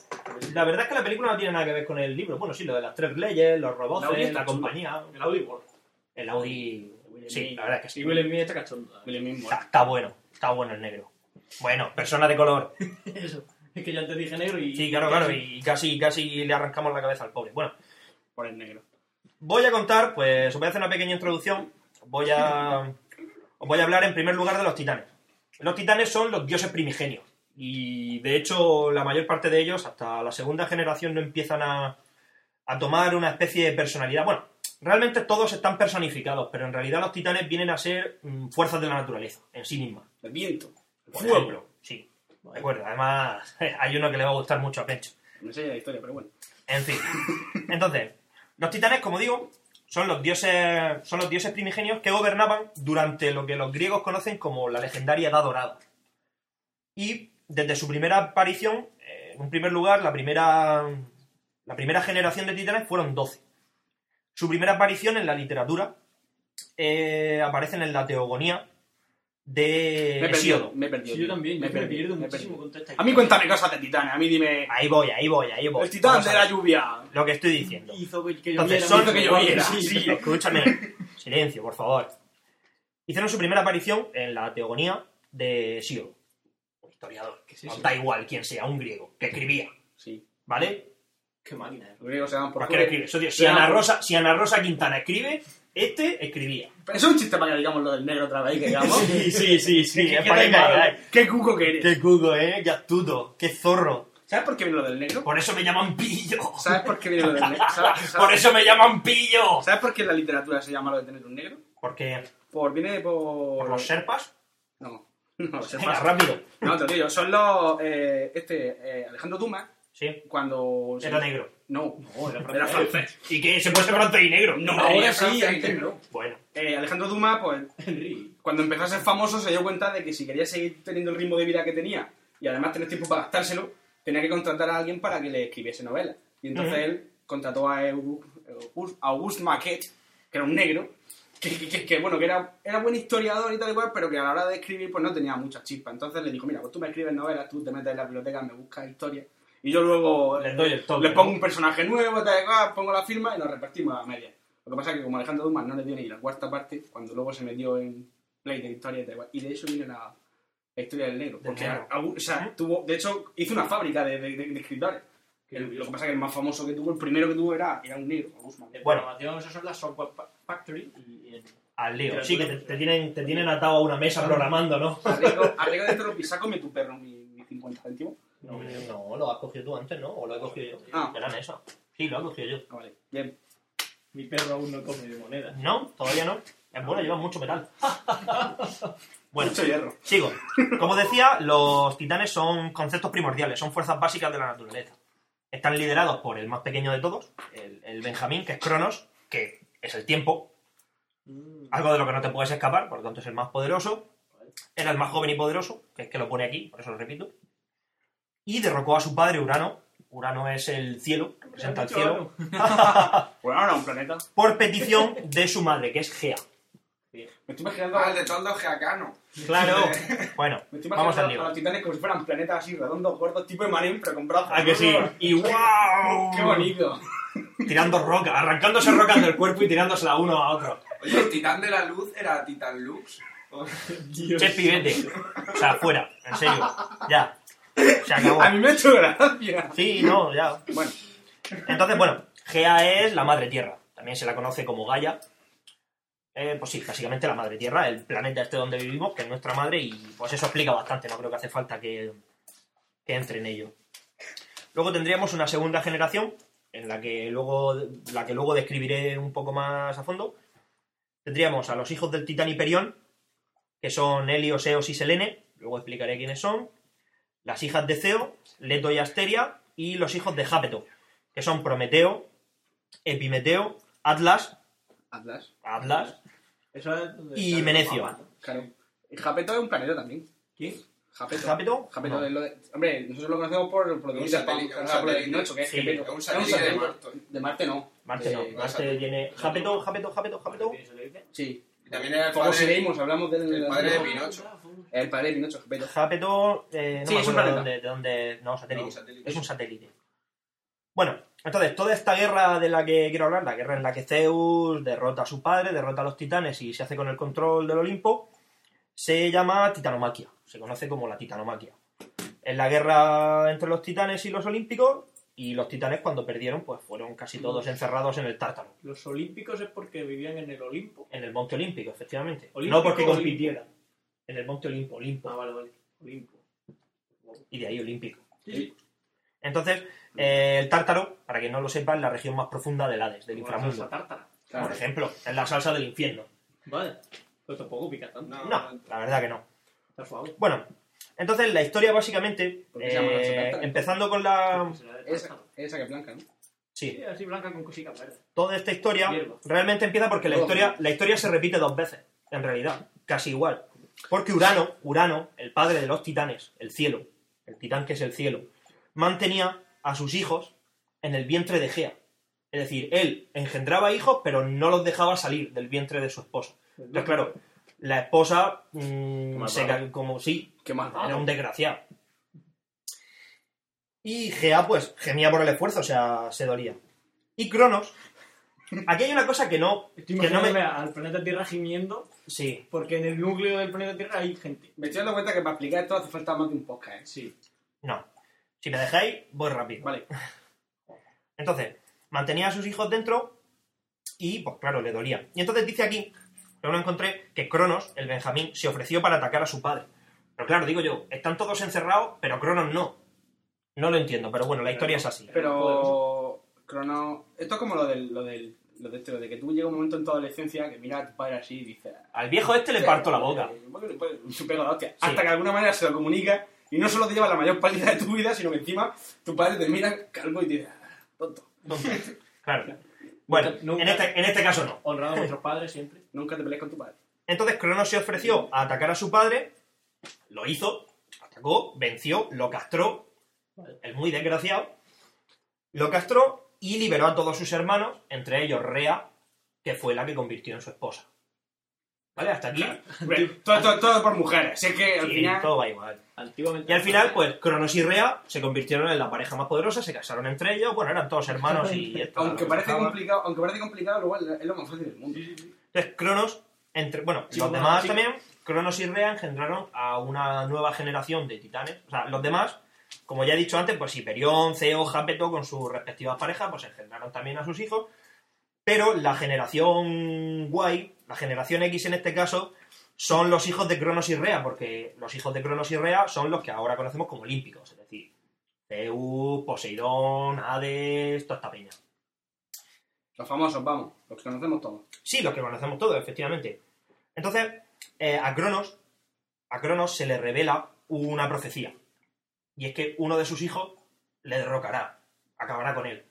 S2: La verdad es que la película no tiene nada que ver con el libro. Bueno, sí, lo de las tres leyes, los robots,
S6: La Audi
S2: la,
S6: está chula.
S2: compañía,
S6: El Audi World.
S2: el Audi. Sí, la verdad es que sí.
S6: Y Will Smith está cachondo.
S5: Will Smith
S2: Está,
S5: muere.
S2: está bueno, está bueno el negro. Bueno, persona de color.
S6: Eso. Es que ya te dije negro y.
S2: Sí, claro, claro, y casi, casi le arrancamos la cabeza al pobre. Bueno,
S5: Por el negro.
S2: voy a contar, pues os voy a hacer una pequeña introducción. Os Voy a, os voy a hablar en primer lugar de los titanes. Los titanes son los dioses primigenios. Y de hecho, la mayor parte de ellos, hasta la segunda generación, no empiezan a, a tomar una especie de personalidad. Bueno, realmente todos están personificados, pero en realidad los titanes vienen a ser mm, fuerzas de la naturaleza en sí mismas.
S5: El viento. El
S2: Por
S5: fuego.
S2: ejemplo, sí. De acuerdo, además hay uno que le va a gustar mucho a Pencho.
S4: Me sé ya la historia, pero bueno.
S2: En fin. Entonces, los titanes, como digo, son los dioses, son los dioses primigenios que gobernaban durante lo que los griegos conocen como la legendaria Edad Dorada. Y desde su primera aparición, eh, en un primer lugar, la primera, la primera generación de titanes fueron 12. Su primera aparición en la literatura eh, aparecen en la Teogonía de Eh,
S4: Me he perdido.
S2: Hesíodo.
S4: Me he perdido.
S1: Sí, yo también, yo
S4: Me he
S1: me,
S4: perdido,
S1: pierdo
S4: me he
S1: muchísimo
S4: perdido.
S1: con toda esta
S4: A mí cuéntame cosas de titanes. A mí dime.
S2: Ahí voy, ahí voy, ahí voy.
S4: El titán
S2: Vamos a
S4: de la
S2: ver
S4: lluvia.
S2: Lo que estoy diciendo.
S1: Hizo que yo
S2: Entonces,
S1: viera
S2: son
S1: mucho
S4: que yo
S1: guapo,
S4: viera.
S1: sí,
S2: Sí, escúchame. Silencio, por favor. Hicieron su primera aparición en la Teogonía de Sio, un historiador.
S1: Que sí,
S2: No
S1: sí.
S2: da igual quién sea, un griego, que escribía,
S4: Sí.
S2: ¿vale?
S1: Qué máquina, eh.
S4: Los griegos se dan por
S2: ¿Por qué
S4: culo.
S2: escribe? Eso, tío, si,
S4: Ya,
S2: Ana
S4: por-
S2: Rosa, si Ana Rosa Quintana escribe, este escribía.
S4: Pero eso es un chiste para que digamos lo del negro otra vez, que digamos.
S2: Sí, sí, sí, sí.
S4: ¿Qué,
S2: es para que caigáis.
S4: qué cuco que eres.
S2: Qué cuco, ¿eh? Qué astuto, qué zorro.
S4: ¿Sabes por qué viene lo del negro?
S2: Por eso me llaman pillo.
S4: ¿Sabes por qué viene lo del negro? ¿Sabes, sabes-
S2: Por eso me llaman pillo.
S4: ¿Sabes por qué en la literatura se llama lo de tener un negro?
S2: Porque
S4: Por, viene por...
S2: por los serpas,
S4: No, no, se
S2: venga,
S4: pasa.
S2: rápido.
S4: No, te lo digo, son los... eh, este, eh, Alejandro Dumas,
S2: Sí,
S4: cuando...
S2: era negro.
S4: No,
S2: era
S4: era francés.
S2: ¿Y que ¿Se puede ser bronce y negro?
S4: No,
S1: Ahora
S4: era
S1: sí,
S4: francés y
S1: antes
S4: negro.
S1: no.
S2: Bueno,
S4: Eh, Alejandro Dumas, pues,
S1: Henry.
S4: cuando empezó a ser famoso se dio cuenta de que si quería seguir teniendo el ritmo de vida que tenía y además tener tiempo para gastárselo, tenía que contratar a alguien para que le escribiese novelas. Y entonces
S2: Ujú.
S4: él contrató a Augu- Auguste, Auguste Maquet, que era un negro, que, que- que- que, bueno, que era, era buen historiador y tal y cual, pero que a la hora de escribir pues no tenía mucha chispa. Entonces le dijo, mira, pues tú me escribes novelas, tú te metes en la biblioteca, me buscas historias y yo luego
S2: les doy el toque.
S4: le pongo un personaje nuevo, tal, y cual, pongo la firma y nos repartimos a la media. Lo que pasa es que como Alejandro Dumas no le dio ni la cuarta parte, cuando luego se metió en Play de Historia y tal, y cual, y de eso viene la, la historia del negro. Porque
S2: negro.
S4: agu- o sea, tuvo, de hecho, hizo una fábrica de, de- de- de escritores. El- lo que pasa es que el más famoso que tuvo, el primero que tuvo era, era un negro, Auguste Maquet.
S2: Bueno.
S9: programación, eso es la Software Fa- Factory y, y el-
S2: Al lío. Sí, que te, Ah. te tienen, te tienen atado a una mesa programando, ¿no?
S4: Arriba arriba de este lo pisa, come tu perro mi, mi 50 céntimos.
S2: No, no, lo has cogido tú antes, ¿no? O lo he cogido yo.
S4: Ah.
S2: De la mesa. Sí, lo he cogido yo.
S4: Ah, vale, bien.
S9: Mi perro aún no come de moneda.
S2: No, todavía no. Es bueno, lleva mucho metal. Bueno,
S4: Mucho hierro.
S2: sigo. Como decía, los titanes son conceptos primordiales, son fuerzas básicas de la naturaleza. Están liderados por el más pequeño de todos, el, el Benjamín, que es Cronos, que es el tiempo, algo de lo que no te puedes escapar, por lo tanto es el más poderoso. Era el más joven y poderoso, que es que lo pone aquí, por eso lo repito. Y derrocó a su padre Urano. Urano es el cielo, representa el cielo.
S4: Bueno, Pues ahora un planeta.
S2: Por petición de su madre, que es Gea.
S4: Me estoy imaginando,
S8: Ah, el de todos los geacanos.
S2: Claro. Bueno,
S4: me estoy
S2: vamos
S4: imaginando
S2: al
S4: a
S2: lío.
S4: los titanes como si fueran planetas así, redondos, gordos, tipo Emanem, pero con brazos.
S2: ¿A que sí? Y wow.
S4: ¡Qué bonito!
S2: Tirando rocas, arrancándose rocas del cuerpo y tirándosela uno a otro.
S8: Oye, el titán de la luz era Titan Lux.
S2: Che, pibete. O sea, fuera, en serio. Ya. Se acabó.
S4: A mí me ha hecho gracia.
S2: Sí, no, ya.
S4: Bueno,
S2: Entonces, bueno, Gea es la madre tierra. También se la conoce como Gaia. Eh, pues sí, básicamente la madre tierra, el planeta este donde vivimos, que es nuestra madre, y pues eso explica bastante. No creo que hace falta que, que entre en ello. Luego tendríamos una segunda generación, en la que luego, la que luego describiré un poco más a fondo. Tendríamos a los hijos del titán Hiperión, que son Helios, Eos y Selene. Luego explicaré quiénes son. Las hijas de Ceo, Leto y Asteria, y los hijos de Jápeto, que son Prometeo, Epimeteo, Atlas,
S4: Atlas,
S2: Atlas
S1: Eso es donde
S2: y
S1: está
S2: Menecio.
S4: claro. Y Japeto es un planeta también.
S1: ¿Quién?
S4: Japeto.
S2: ¿Jápeto?
S4: Japeto
S2: No.
S4: es lo de... Hombre, nosotros lo conocemos por el protagonista.
S8: satélite,
S4: por-
S8: un
S4: o sea, por el
S8: satélite.
S4: Pinocho, que es
S2: Sí,
S4: Gepeto.
S8: es un
S4: Es
S8: satélite de
S4: satélite. De Marte no.
S2: Marte no,
S4: Eh,
S2: Marte tiene Jápeto, Jápeto, Jápeto, Jápeto.
S4: Sí.
S8: Y también era el
S4: Como
S8: padre,
S4: Sereimos, hablamos del...
S8: el padre de Pinocho.
S4: El padre de Pinocho, Gepeto.
S2: Jápeto, eh, no
S4: Sí,
S2: me
S4: es un
S2: acuerdo de
S4: planeta.
S2: dónde, de dónde- No, satélite.
S8: No, satélite.
S2: Es un satélite. Bueno, entonces, toda esta guerra de la que quiero hablar, la guerra en la que Zeus derrota a su padre, derrota a los titanes y se hace con el control del Olimpo, se llama titanomaquia. Se conoce como la titanomaquia. Es la guerra entre los titanes y los olímpicos, y los titanes cuando perdieron, pues fueron casi todos encerrados en el tártaro,
S1: Los olímpicos es porque vivían en el Olimpo.
S2: en el monte olímpico, efectivamente.
S1: Olímpico,
S2: no porque
S1: Olimpo.
S2: compitieran. En el monte Olimpo, Olimpo.
S1: Ah, vale, vale. Olimpo.
S2: y de ahí olímpico.
S1: Sí, sí.
S2: Entonces, eh, el tártaro, para quien no lo sepa, es la región más profunda del Hades, del
S1: Como la salsa
S2: inframundo.
S1: tártara.
S2: Por ejemplo, es la salsa del infierno.
S1: Vale. Pero tampoco pica tanto.
S2: No, la verdad que no.
S1: Está suave.
S2: Bueno, Entonces, la historia básicamente,
S4: ¿Por qué se llama
S2: eh,
S4: la Sacata?
S2: empezando con la...
S4: Esa, esa que es blanca, ¿no?
S2: Sí,
S1: Sí, así blanca con cositas verdes.
S2: toda esta historia
S1: Mierda.
S2: realmente empieza porque la
S4: Todo.
S2: historia, la historia se repite dos veces, en realidad, casi igual. Porque Urano, Urano, el padre de los titanes, el cielo, el titán que es el cielo, mantenía a sus hijos en el vientre de Gea. Es decir, él engendraba hijos, pero no los dejaba salir del vientre de su esposa. Entonces, claro, la esposa mm,
S10: Como
S2: se
S10: el
S2: ca- como sí,
S4: Qué más
S2: era un desgraciado. Y Gea, pues, gemía por el esfuerzo, o sea, se dolía. Y Cronos. Aquí hay una cosa que no.
S1: Estoy
S2: Que no
S1: imaginándome al planeta Tierra gimiendo
S2: Sí.
S1: porque en el núcleo del planeta Tierra hay gente.
S4: Me estoy dando cuenta que para explicar esto hace falta más de un podcast, ¿eh?
S1: Sí.
S2: No. Si me dejáis, voy rápido.
S4: Vale.
S2: Entonces, mantenía a sus hijos dentro y, pues claro, le dolía. Y entonces dice aquí, yo no encontré, que Cronos, el Benjamín, se ofreció para atacar a su padre. Pero claro, digo yo, están todos encerrados, pero Cronos no. No lo entiendo, pero bueno, la historia es así.
S4: Pero. Crono. Esto es como lo del. Lo del lo de, este, lo de que tú llega un momento en tu adolescencia que mira a tu padre así y dices.
S2: Al viejo este le parto la boca.
S4: Eh, bueno, pues, su pelo, hostia. Hasta que de alguna manera se lo comunica y no solo te lleva la mayor paliza de tu vida, sino que encima tu padre te mira calvo y te dice. "Ah, Tonto.
S2: Entonces, claro. Bueno,
S1: Nunca- nunca-
S2: En, este, en este caso no.
S1: Honrado a vuestros padres siempre.
S4: Nunca te pelees con tu padre.
S2: Entonces Cronos se ofreció a atacar a su padre, lo hizo, atacó, venció, lo castró, el muy desgraciado, lo castró y liberó a todos sus hermanos, entre ellos Rea, que fue la que convirtió en su esposa. ¿Vale? Hasta aquí.
S4: todo, todo, todo por mujeres. Sé que al
S2: Sí,
S4: final.
S2: todo va igual.
S1: Antiguamente.
S2: Y al final, pues Cronos y Rea se convirtieron en la pareja más poderosa, se casaron entre ellos, bueno, eran todos hermanos y... esto,
S4: Aunque
S2: lo
S4: parece
S2: casaban.
S4: complicado, aunque parece complicado, luego es lo más fácil del mundo.
S2: Entonces, Cronos, entre, bueno,
S1: Chico,
S2: los
S1: bueno,
S2: demás
S1: chico.
S2: también, Cronos y Rea engendraron a una nueva generación de titanes. O sea, los demás, como ya he dicho antes, pues Hiperión, Ceo, Japeto, con sus respectivas parejas, pues engendraron también a sus hijos. Pero la generación guay, la generación X en este caso, son los hijos de Cronos y Rea, porque los hijos de Cronos y Rea son los que ahora conocemos como olímpicos, es decir, Zeus, Poseidón, Hades, toda esta peña.
S4: Los famosos, vamos, los que conocemos todos.
S2: Sí, los que conocemos todos, efectivamente. Entonces, eh, a Cronos, a Cronos se le revela una profecía. Y es que uno de sus hijos le derrocará, acabará con él.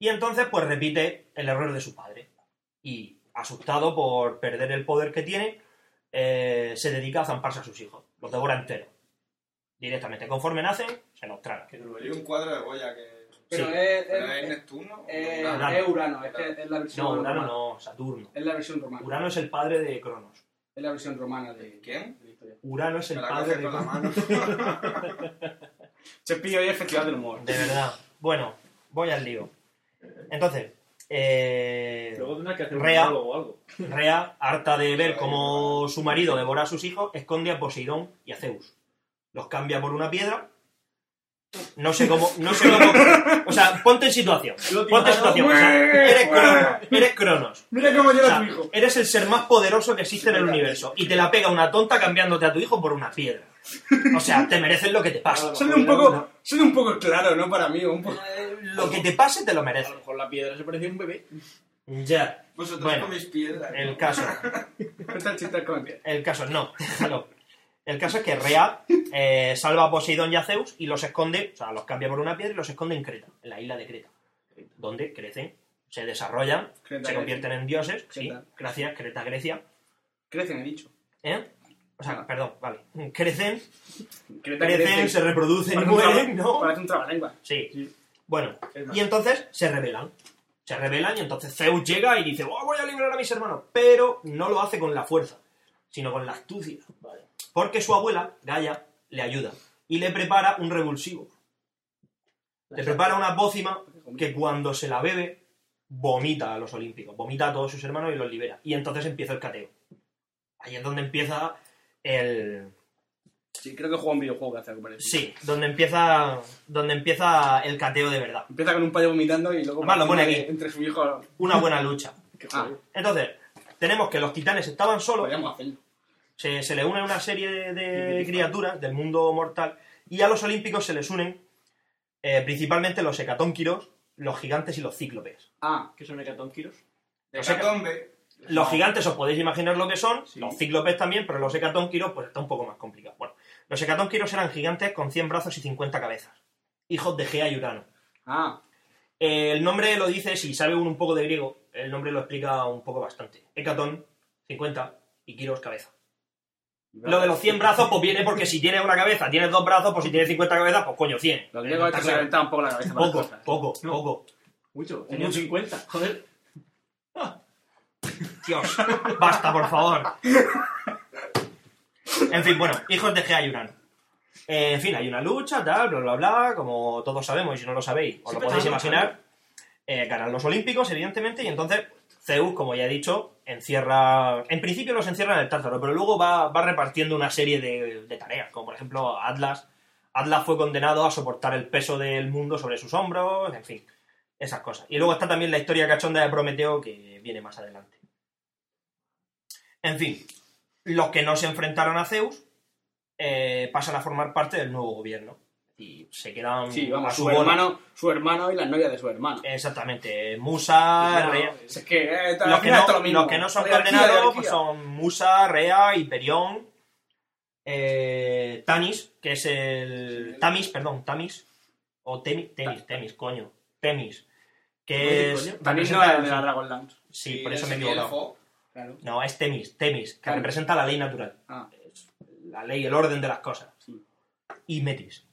S2: Y entonces, pues repite el error de su padre. Y, asustado por perder el poder que tiene, eh, se dedica a zamparse a sus hijos. Los devora enteros. Directamente, conforme nacen, se los traga.
S8: Hay un cuadro de Goya que.
S4: Pero
S2: Sí.
S4: es,
S8: ¿Pero es
S4: es,
S8: Neptuno? o
S4: es-
S8: Urano?
S4: es Eh, Urano, es, que es la versión
S2: No, Urano
S4: romana.
S2: no, Saturno.
S4: Es la versión romana.
S2: Urano es el padre de Cronos.
S4: Es la versión romana de,
S8: ¿Quién?
S4: de la historia.
S2: Urano es
S8: Me
S2: el
S8: la
S2: padre
S8: coge
S2: de
S8: con la
S2: Cronos.
S8: mano.
S4: Chespillo y el Festival del Humor.
S2: De verdad. Bueno, voy al lío. Entonces, eh,
S1: Luego tendrás que hacer
S2: Rea.
S1: un monólogo o algo.
S2: Rea, harta de ver cómo su marido devora a sus hijos, esconde a Poseidón y a Zeus. Los cambia por una piedra. No sé cómo. No sé cómo. O sea, ponte en situación. Ponte en situación. o sea, eres Cronos. Eres Cronos.
S4: Mira cómo
S2: O
S4: llora
S2: sea,
S4: tu hijo.
S2: eres el ser más poderoso que existe en el universo. Y te la pega una tonta cambiándote a tu hijo por una piedra. O sea, te mereces lo que te pasa.
S4: Suena un poco, suena un poco claro, ¿no? Para mí, un poco.
S2: Lo que te pase te lo
S1: A
S2: mereces.
S1: lo mejor la piedra se parecía a un bebé.
S2: Ya.
S8: Vosotros
S2: Bueno,
S8: coméis piedras. ¿no?
S2: El caso.
S4: Cuenta el chiste con el
S2: El caso, no, déjalo. El caso es que Rea eh, salva a Poseidón y a Zeus y los esconde, o sea, los cambia por una piedra y los esconde en Creta, en la isla de Creta, donde crecen, se desarrollan,
S4: Creta,
S2: se
S4: Grecia.
S2: convierten en dioses.
S4: Creta.
S2: Sí, gracias, Creta, Grecia.
S4: Crecen, he dicho.
S2: ¿Eh? O sea,
S4: Ah.
S2: perdón, vale. Crecen,
S4: Crecen,
S2: crecen, se reproducen y
S4: Parece un
S2: mueren,
S4: traba-
S2: ¿no?
S4: Parece un trabalengua.
S2: Sí.
S1: Sí.
S2: Bueno, y entonces se rebelan. Se rebelan y entonces Zeus llega y dice, "Oh, voy a librar a mis hermanos. Pero no lo hace con la fuerza, sino con la astucia. Porque su abuela, Gaia, le ayuda y le prepara un revulsivo. Le prepara una pócima que cuando se la bebe, vomita a los olímpicos, vomita a todos sus hermanos y los libera. Y entonces empieza el cateo. Ahí es donde empieza el,
S4: Sí, creo que juega un videojuego que hace algo parecido.
S2: Sí, donde empieza, donde empieza el cateo de verdad.
S4: Empieza con un payo vomitando y luego.
S2: Además, lo pone aquí.
S4: Entre su hijo.
S2: Una buena lucha.
S4: Ah,
S2: Entonces, tenemos que los titanes estaban solos,
S4: podríamos hacerlo.
S2: se, se le une una serie de, de criaturas del mundo mortal, y a los olímpicos se les unen eh, principalmente los hecatónquiros, los gigantes y los cíclopes.
S4: Ah,
S1: Que son hecatónquiros.
S8: De
S2: o sea que-
S8: Hecatombe.
S2: Los gigantes os podéis imaginar lo que son, los cíclopes también, pero los hecatónquiros pues está un poco más complicado. Bueno, Los hecatónquiros eran gigantes con 100 brazos y 50 cabezas. Hijos de Gea y Urano.
S4: Ah,
S2: Eh, El nombre lo dice, si sabe uno un poco de griego, el nombre lo explica un poco bastante. Hecatón, 50, y Kiros, cabeza. Lo de los 100 brazos, pues viene porque si tienes una cabeza, tienes dos brazos, pues si tienes 50 cabezas, pues coño, 100.
S4: los griegos
S2: Está
S4: estos se
S2: claro.
S4: reventaban un poco la cabeza para las
S2: Poco,
S4: cosas.
S2: poco, poco.
S1: Mucho. Tenía un 50. Joder.
S2: Dios, basta, por favor. En fin, bueno, hijos de Gea y Urano. Eh, en fin, hay una lucha, tal, bla, bla, bla, como todos sabemos, y si no lo sabéis, os lo
S1: Siempre
S2: podéis
S1: están
S2: imaginar. Eh, ganan los Olímpicos, evidentemente, y entonces Zeus, como ya he dicho, encierra... En principio los encierra en el Tártaro, pero luego va, va repartiendo una serie de, de tareas, como por ejemplo Atlas. Atlas fue condenado a soportar el peso del mundo sobre sus hombros, en fin, esas cosas. Y luego está también la historia cachonda de Prometeo, que viene más adelante. En fin, los que no se enfrentaron a Zeus eh, pasan a formar parte del nuevo gobierno y se quedan
S4: Sí,
S2: a
S4: vamos,
S2: su
S4: su
S2: bola.
S4: hermano, su hermano y la novia de su hermano.
S2: Exactamente,
S1: Ah,
S4: Pues
S2: Musa, Rea.
S4: Es que eh, está-
S2: Los
S4: al
S2: que,
S4: final
S2: no,
S4: está lo mismo.
S2: los que no son
S4: Oligarquía,
S2: condenados
S4: oligarquía.
S2: pues, son Musa, Rea, Hiperión, eh, Tanis, que es el. Tamis, perdón, Tamis. O Temis, Temis, Temis, coño. Temis. Que
S1: Oye,
S2: es.
S1: coño.
S4: También no es de la Dragon Lance.
S2: Sí, por eso me he equivocado.
S4: Claro.
S2: No, es Temis, Temis, que
S4: Claro.
S2: representa la ley natural.
S4: Ah.
S2: Es La ley, el orden de las cosas.
S4: Sí.
S2: Y Metis.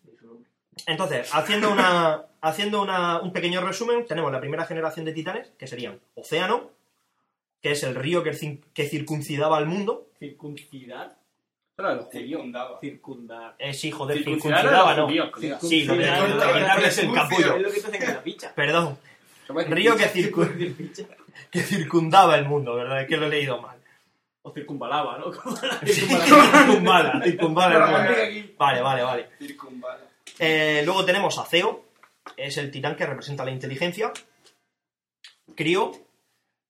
S2: Entonces, haciendo, una, haciendo una- un pequeño resumen, tenemos la primera generación de titanes, que serían Océano, que es el río que, cin- que circuncidaba al mundo.
S1: Circuncidar.
S4: Solo de los judíos.
S8: Circundaba.
S1: Circundar.
S2: Es hijo de
S4: Circuncidar a
S2: circuncidaba,
S4: los
S2: ¿no?
S4: judíos, colega.
S2: Sí, lo de
S1: Circuncidar.
S2: lo de quitarles el capullo.
S1: Es lo que te hacen con la picha.
S2: Perdón,
S4: Se puede decir
S2: río que,
S4: pizza.
S2: circu- que circundaba el mundo, ¿verdad? Es que lo he leído mal.
S1: O circunvalaba, ¿no? Como la-
S2: circunvala, circunvala el mundo.
S8: Circunvala aquí.
S2: Vale, vale, vale.
S8: Circunvala.
S2: Eh, luego tenemos a Ceo, es el titán que representa la inteligencia. Crio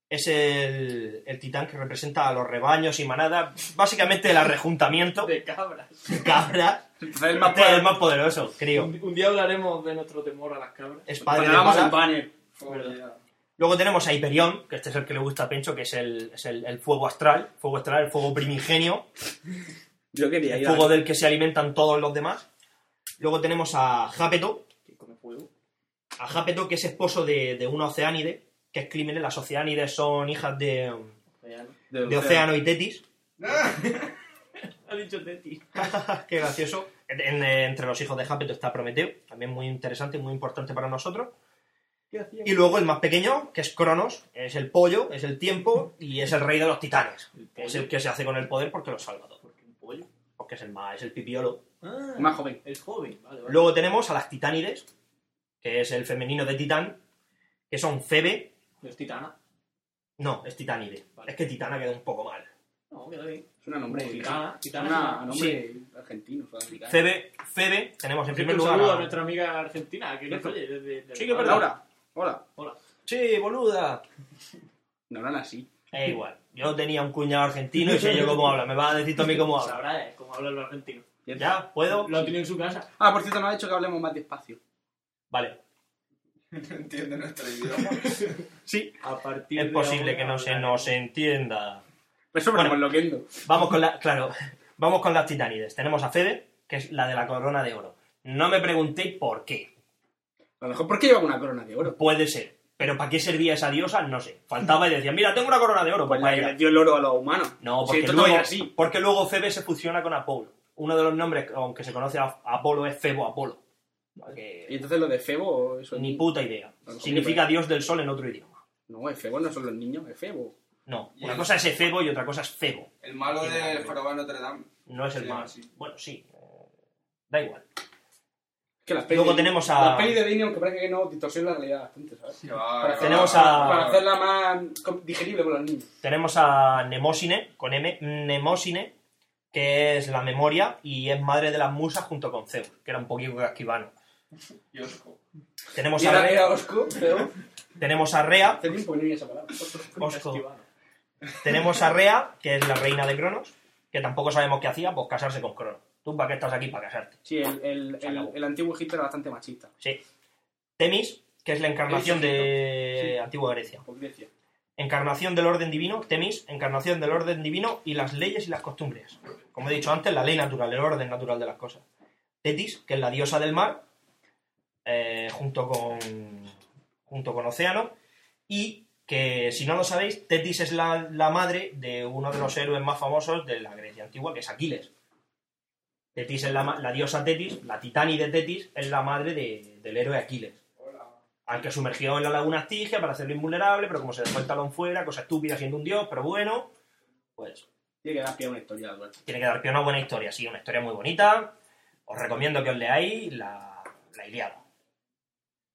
S2: es el, el titán que representa a los rebaños y manadas, básicamente el arrejuntamiento.
S1: De cabras.
S2: Cabra,
S4: Entonces el más
S2: este es el
S4: poderoso.
S2: más poderoso, Crio.
S1: Un, un día hablaremos de nuestro temor a las cabras.
S2: Es padre
S4: Cuando
S2: de
S4: le damos
S2: Mala.
S4: el banner.
S8: Joder.
S2: Luego tenemos a Hiperión, que este es el que le gusta a Pencho, que es el, es el- el fuego astral, fuego astral, el fuego primigenio,
S4: Yo quería
S2: el
S4: ir
S2: fuego del que se alimentan todos los demás. Luego tenemos a Jápeto,
S1: Que come fuego.
S2: a Japeto, que es esposo de, de una oceánide, que es crímenes. Las oceánides son hijas de,
S1: Real.
S2: de Océano y Tetis.
S1: Ha dicho Teti.
S2: Ah, Qué gracioso. En- eh, entre los hijos de Japeto está Prometeo, también muy interesante y muy importante para nosotros.
S1: ¿Qué hacía?
S2: Y luego el más pequeño, que es Cronos, es el pollo, es el tiempo y es el rey de los titanes. Es el que se hace con el poder porque lo salva todo.
S1: Porque un pollo.
S2: Porque es el más, es el pipiolo.
S1: Ah,
S4: Más joven.
S1: el joven. Vale, vale.
S2: Luego tenemos a las titánides, que es el femenino de titán, que son Febe.
S1: Los titanas.
S2: No, es titánide.
S1: Vale.
S2: Es que titana queda un poco mal.
S1: No, queda bien.
S4: Suena a nombre.
S1: Titana. Titana.
S4: Suena a
S1: titana.
S4: nombre argentino, sudamericano.
S2: Febe, Febe, tenemos en
S1: Así que
S2: primer
S1: un
S2: lugar.
S1: saludo
S2: a-
S1: a nuestra amiga argentina, que nos oye desde...
S2: Sí, que es
S1: que
S2: verdad.
S4: Laura. Hola.
S2: Sí, boluda.
S4: No hablan así.
S2: Es igual. Yo tenía un cuñado argentino y sé yo cómo habla. Me vas a decir Tommy cómo habla.
S1: Sabrá eh, cómo hablan los argentinos.
S2: ¿Ya? ¿Puedo?
S1: Lo tiene en su casa.
S4: Ah, por cierto, nos ha dicho que hablemos más despacio.
S2: Vale.
S8: No entiende nuestro idioma.
S2: Sí.
S1: A partir
S2: Es
S1: de
S2: posible
S1: ahora
S2: que no se
S1: hablaremos.
S2: nos entienda.
S4: Eso
S2: Bueno.
S4: lo loquendo.
S2: Vamos con la. Claro. Vamos con las titánides. Tenemos a Febe, que es la de la corona de oro. No me preguntéis por qué.
S4: A lo mejor porque lleva una corona de oro.
S2: Puede ser. Pero ¿para qué servía esa diosa? No sé. Faltaba y decía, mira, tengo una corona de oro. Pues
S4: Pues la que
S2: vaya.
S4: le dio el oro a los humanos.
S2: No,
S4: Sí,
S2: porque,
S4: esto
S2: luego,
S4: también así.
S2: porque luego Febe se fusiona con Apolo. Uno de los nombres, aunque se conoce a Apolo, es Febo Apolo.
S4: Y
S2: Que-
S4: entonces lo de Febo, eso es
S2: ni puta idea.
S4: Bueno,
S2: Significa Dios del Sol en otro idioma.
S4: No, es Febo no son los niños, es Febo.
S2: No,
S8: Y
S2: una
S8: el-
S2: cosa es Efebo y otra cosa es Febo.
S8: El malo
S2: Sí,
S8: del
S2: vale.
S8: jorobado de Notre Dame.
S2: No es el
S8: Sí,
S2: más.
S8: sí.
S2: Bueno, sí. eh, Da igual.
S4: Es Que las pelis,
S2: Luego tenemos a-
S4: Las pelis de Disney, aunque parece que no, distorsionan la realidad bastante, ¿sabes?
S8: Que va,
S4: Para
S8: que
S2: Tenemos
S8: va.
S2: a-
S4: Para hacerla más com- digerible por los niños.
S2: Tenemos a Nemosine, con M, Nemosine, que es la memoria y es madre de las musas junto con Zeus, que era un poquito casquivano.
S8: Y Osco.
S2: Tenemos
S4: Y
S2: a,
S4: la era Osco, pero
S2: tenemos a Rea,
S4: hace tiempo que no oía esa palabra.
S2: Osco.
S1: Esquivano.
S2: Tenemos a Rea, que es la reina de Cronos, que tampoco sabemos qué hacía, pues casarse con Cronos. ¿Tú para qué estás aquí? Para casarte.
S4: Sí, el, el,
S2: Se acabó.
S4: el, el antiguo Egipto era bastante machista.
S2: Sí. Temis, que es la encarnación
S4: Egipto.
S2: de Antigua Grecia.
S4: Por Grecia.
S2: Encarnación del orden divino, Temis, encarnación del orden divino y las leyes y las costumbres. Como he dicho antes, la ley natural, el orden natural de las cosas. Tetis, que es la diosa del mar, eh, junto, con, junto con Océano, y que, si no lo sabéis, Tetis es la, la madre de uno de los héroes más famosos de la Grecia antigua, que es Aquiles. Tetis es la, ma- la diosa Tetis, la titani de Tetis, es la madre de- del héroe Aquiles al que sumergió en la laguna Estigia para hacerlo invulnerable, pero como se dejó el talón fuera, cosa estúpida siendo un dios, pero bueno, pues
S5: Tiene que dar pie a una historia, Alberto.
S2: tiene que dar pie a una buena historia, sí, una historia muy bonita. Os recomiendo que os leáis la, la Iliada.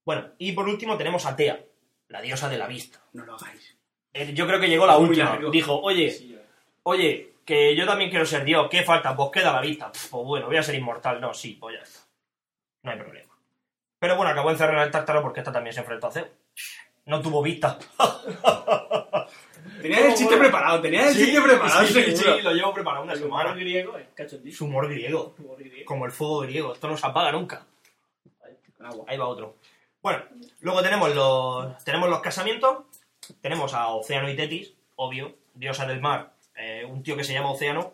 S2: Bueno, y por último tenemos a Tea, la diosa de la vista.
S5: No lo hagáis.
S2: Eh, Yo creo que llegó la
S5: Muy
S2: última.
S5: largo.
S2: Dijo, oye,
S8: Sí, eh.
S2: oye, que yo también quiero ser dios, ¿qué falta? Pues queda la vista. Pf, Pues bueno, voy a ser inmortal. No, sí, pues ya está. No hay problema. Pero bueno, acabó encerrada en el tártaro porque esta también se enfrentó a Zeus. No tuvo vista.
S5: Tenías el chiste preparado, tenías el chiste preparado,
S2: sí, sí,
S5: seguro.
S2: lo llevo preparado una
S6: humor
S2: semana.
S6: griego es cachondísimo.
S2: Es humor griego,
S6: humor griego.
S2: como el fuego griego. Esto no se apaga nunca.
S5: Con agua.
S2: Ahí va otro. Bueno, luego tenemos los, tenemos los casamientos. Tenemos a Océano y Tetis, obvio, diosa del mar, eh, un tío que se llama Océano,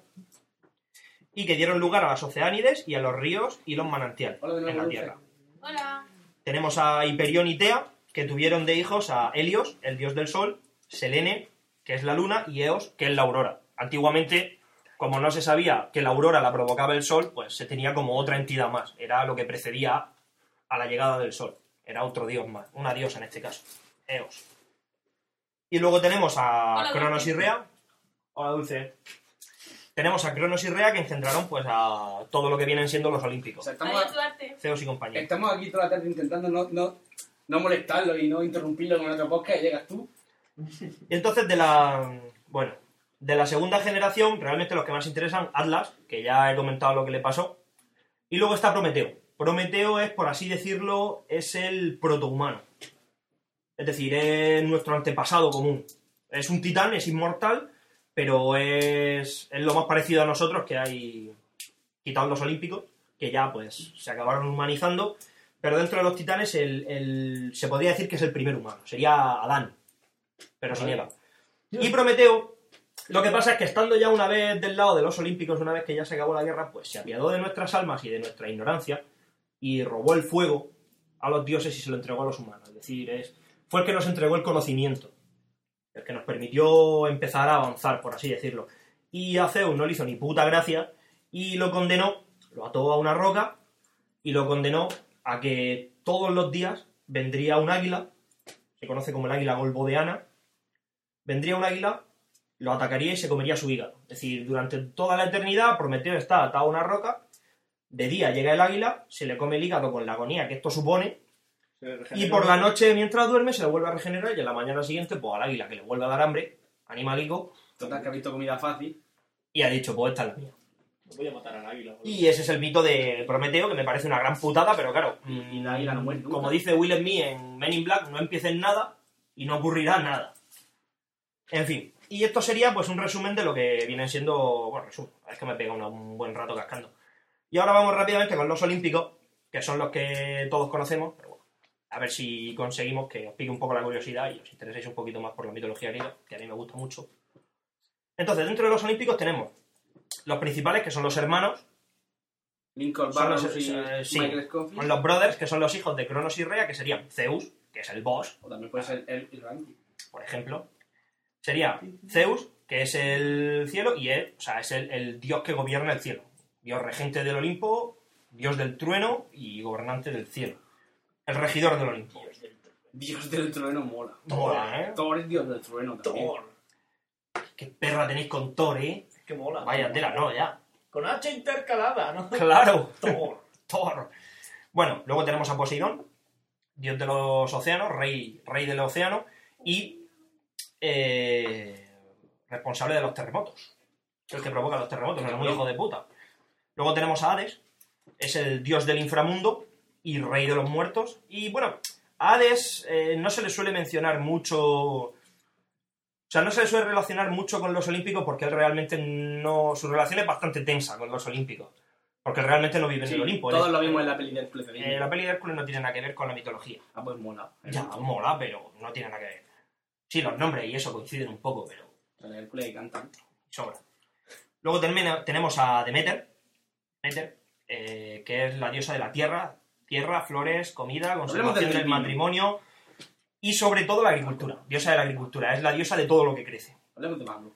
S2: y que dieron lugar a las oceánides y a los ríos y los manantiales
S5: Hola de nuevo,
S2: en la
S5: Dulce.
S2: tierra.
S3: Hola.
S2: Tenemos a Hiperión y Tea, que tuvieron de hijos a Helios, el dios del sol, Selene, que es la luna, y Eos, que es la aurora. Antiguamente, como no se sabía que la aurora la provocaba el sol, pues se tenía como otra entidad más. Era lo que precedía a la llegada del sol. Era otro dios más, una diosa en este caso, Eos. Y luego tenemos a
S3: Hola,
S2: Cronos y
S3: Dulce.
S2: Rea. Hola, Dulce. Tenemos a Cronos y Rea que engendraron pues a todo lo que vienen siendo los
S5: O
S2: olímpicos.
S5: sea, estamos,
S3: Adiós, Duarte.
S2: Zeus y compañía.
S5: estamos aquí toda la tarde intentando no, no, no molestarlo y no interrumpirlo con otra podcast y llegas tú.
S2: Y entonces de la. Bueno, de la segunda generación, realmente los que más interesan, Atlas, que ya he comentado lo que le pasó. Y luego está Prometeo. Prometeo es, por así decirlo, es el protohumano. Es decir, es nuestro antepasado común. Es un titán, es inmortal, pero es, es lo más parecido a nosotros que hay, quitando los olímpicos, que ya pues se acabaron humanizando. Pero dentro de los titanes el- el- se podría decir que es el primer humano. Sería Adán, pero sin Eva. Y Prometeo, lo que pasa es que estando ya una vez del lado de los olímpicos, una vez que ya se acabó la guerra, pues se apiadó de nuestras almas y de nuestra ignorancia y robó el fuego a los dioses y se lo entregó a los humanos. Es decir, es, fue el que nos entregó el conocimiento, el que nos permitió empezar a avanzar, por así decirlo. Y a Zeus no le hizo ni puta gracia y lo condenó, lo ató a una roca y lo condenó a que todos los días vendría un águila, se conoce como el águila golbodeana, vendría un águila, lo atacaría y se comería su hígado. Es decir, durante toda la eternidad Prometeo está atado a una roca, de día llega el águila, se le come el hígado con la agonía que esto supone,
S8: Se regenera.
S2: y por la noche mientras duerme se le vuelve a regenerar y a la mañana siguiente, pues al águila que le vuelve a dar hambre, animalico,
S5: Total, que has visto comida fácil.
S2: y ha dicho, pues esta es la mía.
S6: Voy a matar al águila. boludo.
S2: Y ese es el mito de Prometeo, que me parece una gran putada, pero claro,
S5: Y la águila no muere nunca.
S2: como dice Will Smith en Men in Black, no empieces nada y no ocurrirá nada. En fin, y esto sería pues un resumen de lo que vienen siendo, bueno, resumen, es que me pega una- un buen rato cascando. Y ahora vamos rápidamente con los olímpicos, que son los que todos conocemos, pero bueno, a ver si conseguimos que os pique un poco la curiosidad y os intereséis un poquito más por la mitología griega, que a mí me gusta mucho. Entonces, dentro de los olímpicos tenemos los principales, que son los hermanos,
S5: Lincoln
S2: Son
S5: Barros
S2: los-
S5: y
S2: eh, sí.
S5: Michael Scofield.
S2: Con los brothers, que son los hijos de Cronos y Rea, que serían Zeus, que es el boss,
S5: O también puede ser el, el ranking.
S2: por ejemplo. Sería Zeus, que es el cielo, y él, o sea, es el, el dios que gobierna el cielo. Dios regente del Olimpo, dios del trueno y gobernante del cielo. El regidor del Olimpo.
S5: Dios del trueno mola.
S2: Mola, ¿eh?
S5: Thor es Dios del trueno también.
S6: Thor.
S2: Qué perra tenéis con Thor, ¿eh?
S6: Es que mola.
S2: Vaya tela, no, ya.
S6: Con H intercalada, ¿no?
S2: Claro.
S6: Thor.
S2: Thor. Bueno, luego tenemos a Poseidón, dios de los océanos, rey, rey del océano y eh, responsable de los terremotos. El que provoca los terremotos, es muy hijo de puta. Luego tenemos a Hades, es el dios del inframundo y rey de los muertos. Y bueno, a Hades eh, no se le suele mencionar mucho. O sea, no se le suele relacionar mucho con los olímpicos porque él realmente no. Su relación es bastante tensa con los olímpicos. Porque él realmente no vive en
S5: Sí,
S2: el Olimpo. él
S5: todos
S2: es-
S5: lo vimos en la peli de Hércules. de
S2: eh,
S5: Disney.
S4: Eh,
S2: la peli de Hércules no tiene nada que ver con la mitología.
S5: Ah, pues mola.
S2: Ya, mola, pero no tiene nada que ver. Sí, los nombres y eso coinciden un poco, pero
S4: Sale Hércules y canta.
S2: sobra. Luego termina- tenemos a Demeter, Demeter, eh, que es la diosa de la tierra, tierra, flores, comida, conservación
S4: del
S2: del
S4: vino.
S2: matrimonio y sobre todo la agricultura, diosa de la agricultura, es la diosa de todo lo que crece.
S4: Hablemos de Pablo.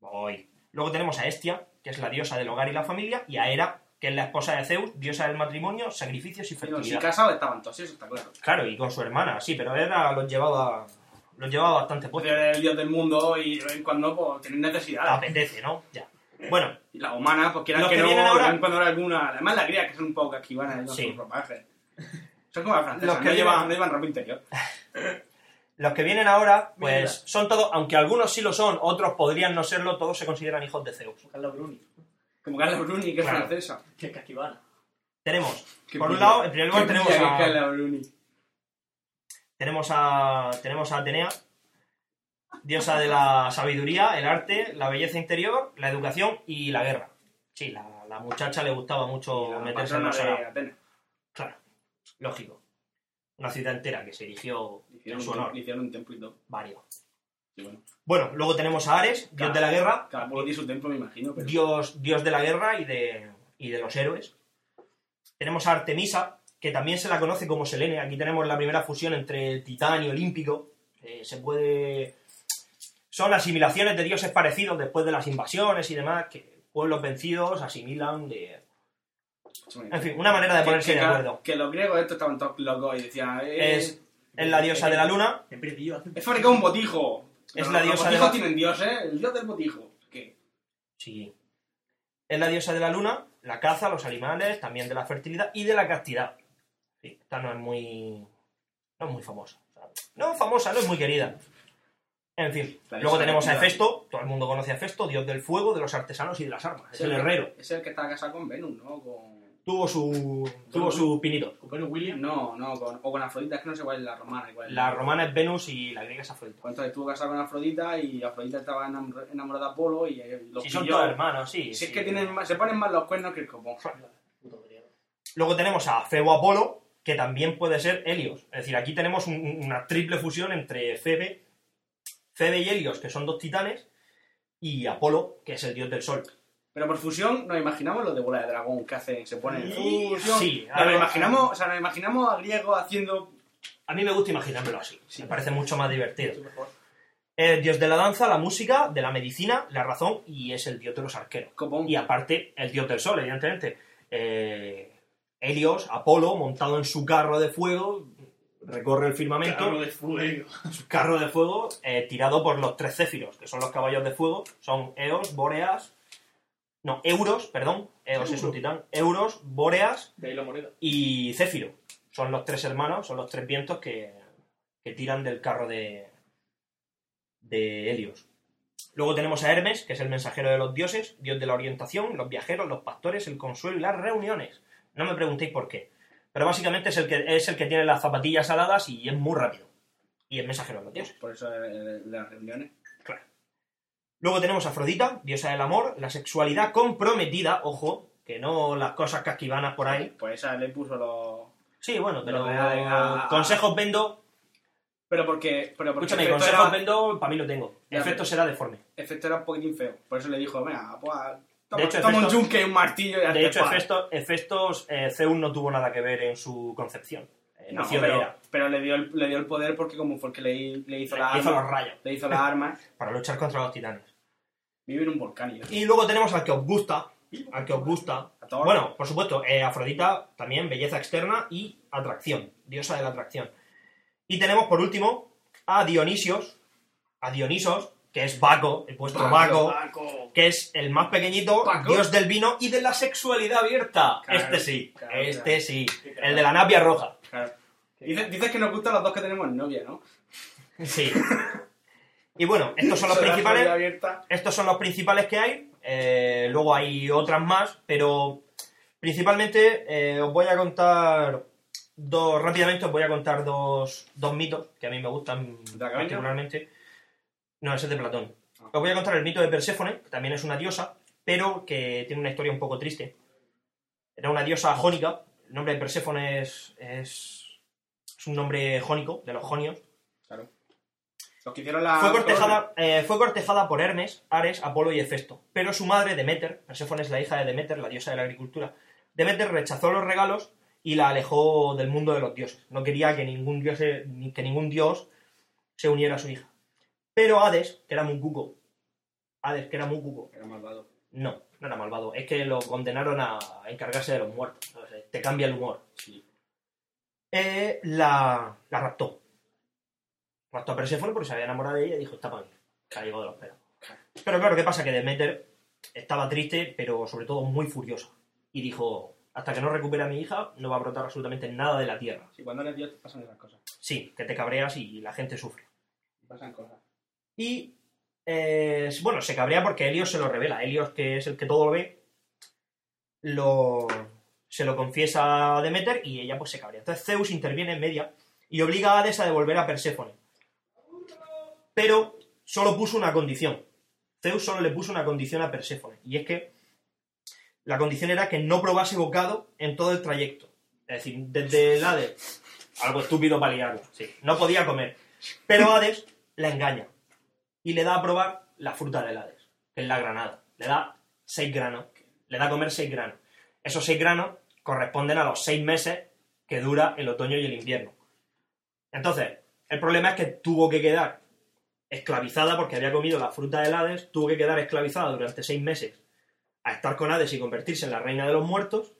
S2: Voy. Luego tenemos a Estia, que es la diosa del hogar y la familia, y a Hera, que es la esposa de Zeus, diosa del matrimonio, sacrificios y
S4: Pero si
S2: fertilidad.
S4: casados estaban todos, eso está claro.
S2: Claro, y con su hermana, sí, pero Hera los llevaba, los llevaba bastante
S4: Pues
S2: puestos.
S4: eres el dios del mundo y de vez en cuando pues, tienen necesidad.
S2: Apetece, ¿no? Ya. Bueno,
S4: Y las humanas, pues quieran
S2: Ah, Los
S4: que,
S2: que
S4: no,
S2: vienen ahora-
S4: de vez en cuando habrá alguna. Además, las crías que son un poco casquivanas en los
S2: Sí.
S4: ropajes. Son como las francesas,
S11: Los que
S4: no, llevan,
S11: llevan-
S4: no llevan ropa interior.
S2: Los que vienen ahora, pues
S1: Mira.
S2: son todos, aunque algunos sí lo son, otros podrían no serlo, todos se consideran hijos de Zeus.
S1: Carlos Bruni.
S4: Como Carla Bruni, que es
S2: Claro.
S4: francesa.
S1: Que casquivana.
S2: Tenemos,
S4: Qué
S2: por un
S4: pilla.
S2: lado, en primer lugar
S4: Qué
S2: tenemos
S4: pilla que es
S2: a,
S4: Carla Bruni.
S2: tenemos a tenemos a Atenea, diosa de la sabiduría, el arte, la belleza interior, la educación y la guerra. Sí, la, la muchacha le gustaba mucho
S4: La
S2: meterse en
S4: patrona
S2: los
S4: de
S2: saraos.
S4: Atenas.
S2: Claro, lógico. Una ciudad entera que se erigió
S4: Le
S2: en
S4: hicieron
S2: su
S4: un-
S2: honor,
S4: le hicieron un templito.
S2: varios.
S4: Y bueno,
S2: Bueno, luego tenemos a Ares, dios de la guerra,
S4: cada pueblo tiene su templo, me imagino. Pero...
S2: dios, dios de la guerra y de, y de los héroes. Tenemos a Artemisa, que también se la conoce como Selene. Aquí tenemos la primera fusión entre Titán y Olímpico. Eh, se puede. Son asimilaciones de dioses parecidos después de las invasiones y demás, que pueblos vencidos asimilan de. En fin, una manera de ponerse de
S4: ca-
S2: acuerdo.
S4: que los griegos estos estaban todos locos y decían, eh,
S2: Es, es la diosa de la luna,
S1: Siempre, tío, hace
S4: he fabricado un botijo.
S2: Es
S4: Pero
S2: la
S4: los
S2: diosa de
S4: botijos
S2: la-
S4: tienen dios, ¿eh? El dios del botijo. ¿Qué?
S2: Sí. Es la diosa de la luna, la caza, los animales, también de la fertilidad y de la castidad. Sí, esta no es muy. No es muy famosa. O sea, No es famosa, no es muy querida. En fin.
S4: La diosa
S2: Luego
S4: de la
S2: tenemos a
S4: castidad.
S2: Hefesto, todo el mundo conoce a Hefesto, dios del fuego, de los artesanos y de las armas. Es
S4: Sí,
S2: el
S4: sí.
S2: herrero.
S4: Es el que está casado con Venus, ¿no? Con...
S2: Tuvo su. Tuvo su pinito.
S1: Copero William.
S4: No, no, con... o con Afrodita, es que no sé cuál es la romana. Igual Pues
S2: La romana es Venus y la griega es Afrodita.
S4: Entonces estuvo casado con Afrodita y Afrodita estaba enamor- enamorada de Apolo y eh, los
S2: Si son
S4: pilló.
S2: todos hermanos, sí.
S4: Si
S2: sí.
S4: es que tienen más- se ponen más los cuernos que el copón.
S1: Puto griego.
S2: Luego tenemos a Febo Apolo, que también puede ser Helios. Es decir, aquí tenemos un- un- una triple fusión entre Febe, Febe y Helios, que son dos titanes, y Apolo, que es el dios del sol.
S4: Pero por fusión nos imaginamos los de bola de dragón que hacen, se ponen en fusión.
S2: Sí,
S4: Pero
S2: algo-
S4: nos imaginamos, o sea, nos imaginamos a griego haciendo
S2: A mí me gusta imaginármelo así.
S4: Sí.
S2: Me parece mucho más divertido.
S1: Mucho mejor.
S2: Es dios de la danza, la música, de la medicina, la razón, y es el dios de los arqueros.
S4: copón.
S2: Y aparte, el dios del sol, evidentemente. Eh, Helios, Apolo, montado en su carro de fuego, recorre el firmamento.
S12: Carro de fuego.
S2: carro de fuego eh, tirado por los tres céfiros, que son los caballos de fuego. Son Eos, Bóreas. No, Euros, perdón. Eos es un titán. Euros, Bóreas
S1: De ahí la moneda.
S2: y Céfiro. Son los tres hermanos, son los tres vientos que, que tiran del carro de, de Helios. Luego tenemos a Hermes, que es el mensajero de los dioses, dios de la orientación, los viajeros, los pastores, el consuelo y las reuniones. No me preguntéis por qué. Pero básicamente es el que, es el que tiene las zapatillas aladas y es muy rápido. Y es mensajero de los dioses.
S4: Por eso eh, las reuniones.
S2: Luego tenemos a Afrodita, diosa del amor, la sexualidad comprometida, ojo, que no las cosas casquivanas por ahí.
S4: Pues esa le puso los.
S2: Sí, bueno, pero
S4: Lo que hay, ah, ah.
S2: consejos vendo,
S4: Pero porque. Pero porque
S2: escúchame,
S4: el efecto,
S2: consejos
S4: era,
S2: vendo, para mí lo tengo. El
S4: Ya,
S2: efecto
S4: pero-
S2: será deforme.
S4: efecto era un poquitín feo. Por eso le dijo, venga, pues. Toma,
S2: De hecho,
S4: toma un
S2: efecto-
S4: yunque y un martillo y pues". hazte
S2: De hecho,
S4: pala".
S2: efectos, efectos eh, Zeus no tuvo nada que ver en su concepción. Eh,
S4: No,
S2: nació de
S4: pero,
S2: Hera.
S4: pero le, dio el, le dio el poder porque, como fue el que le, le hizo la
S2: Le hizo
S4: arma.
S2: los rayos
S4: Le hizo las armas.
S2: para luchar contra los titanes.
S4: Vive en un volcán y
S2: Y luego tenemos al que os gusta, al que os gusta.
S4: a todos.
S2: Bueno, por supuesto, eh, Afrodita también, belleza externa y atracción, diosa de la atracción. Y tenemos por último a Dionisios, a Dionisos, que es Baco, el puesto Baco, que es el más pequeñito,
S4: Baco.
S2: dios del vino y de la sexualidad abierta.
S4: Claro,
S2: este sí,
S4: claro,
S2: este
S4: claro.
S2: sí, el de la napia roja.
S4: Claro. Dices, dices que nos gustan los dos que tenemos novia, ¿no?
S2: Sí. y bueno, estos son los
S4: Eso de la
S2: principales.
S4: novia abierta.
S2: Estos son los principales que hay. eh, luego hay otras más, pero principalmente eh, os voy a contar dos. Rápidamente os voy a contar dos, dos mitos que a mí me gustan
S4: ¿De Agamemnon?
S2: particularmente. No, ese es de Platón.
S4: Ah.
S2: Os voy a contar el mito de Perséfone, que también es una diosa, pero que tiene una historia un poco triste. Era una diosa jónica. El nombre de Perséfone es, es, es un nombre jónico, de los jonios.
S4: Claro.
S5: Los que hicieron la.
S2: Fue cortejada, eh, fue cortejada por Hermes, Ares, Apolo y Hefesto, pero su madre, Demeter, Perséfone es la hija de Demeter, la diosa de la agricultura, Demeter rechazó los regalos y la alejó del mundo de los dioses. No quería que ningún dios, se- ni- que ningún dios se uniera a su hija. Pero Hades, que era muy cuco, Hades, que era muy cuco,
S5: Era malvado.
S2: no, no era malvado, es que lo condenaron a encargarse de los muertos, ¿sabes? Eh, te cambia el humor.
S5: Sí.
S2: Eh, la, la raptó. Raptó a Perséfone porque se había enamorado de ella y dijo, está para mí, caigo de los pelos. Pero claro, ¿qué pasa? Que Demeter estaba triste, pero sobre todo muy furiosa. Y dijo, hasta que no recupere a mi hija, no va a brotar absolutamente nada de la tierra.
S5: Sí, cuando eres Dios te pasan esas cosas.
S2: Sí, que te cabreas y la gente sufre.
S5: Te pasan cosas.
S2: Y eh, bueno, se cabrea porque Helios se lo revela. Helios, que es el que todo lo ve, lo, se lo confiesa a Demeter y ella pues se cabrea. Entonces Zeus interviene en media y obliga a Hades a devolver a Perséfone. Pero solo puso una condición. Zeus solo le puso una condición a Perséfone. Y es que la condición era que no probase bocado en todo el trayecto. Es decir, desde el Hades. Algo estúpido para liarlo, sí. No podía comer. Pero Hades la engaña y le da a probar la fruta del Hades, que es la granada. Le da seis granos, le da a comer seis granos. Esos seis granos corresponden a los seis meses que dura el otoño y el invierno. Entonces, el problema es que tuvo que quedar esclavizada porque había comido la fruta del Hades, tuvo que quedar esclavizada durante seis meses a estar con Hades y convertirse en la reina de los muertos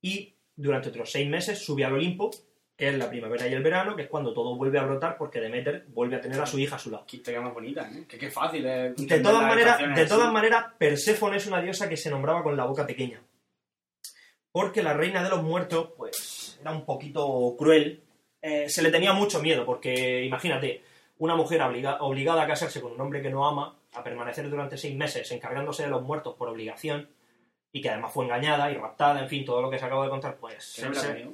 S2: y durante otros seis meses sube al Olimpo, que es la primavera y el verano, que es cuando todo vuelve a brotar porque Demeter vuelve a tener a su hija a su lado.
S5: Qué historia más bonita, ¿eh? Que qué fácil. eh,
S2: De
S5: entender
S2: todas
S5: las
S2: maneras,
S5: estaciones
S2: de
S5: así.
S2: todas maneras, Perséfone es una diosa que se nombraba con la boca pequeña. Porque la reina de los muertos, pues, era un poquito cruel. Eh, se le tenía mucho miedo, porque imagínate, una mujer obliga- obligada a casarse con un hombre que no ama, a permanecer durante seis meses encargándose de los muertos por obligación, y que además fue engañada y raptada, en fin, todo lo que se acaba de contar, pues
S5: Que
S2: se,
S5: no me la
S2: se-
S5: creo.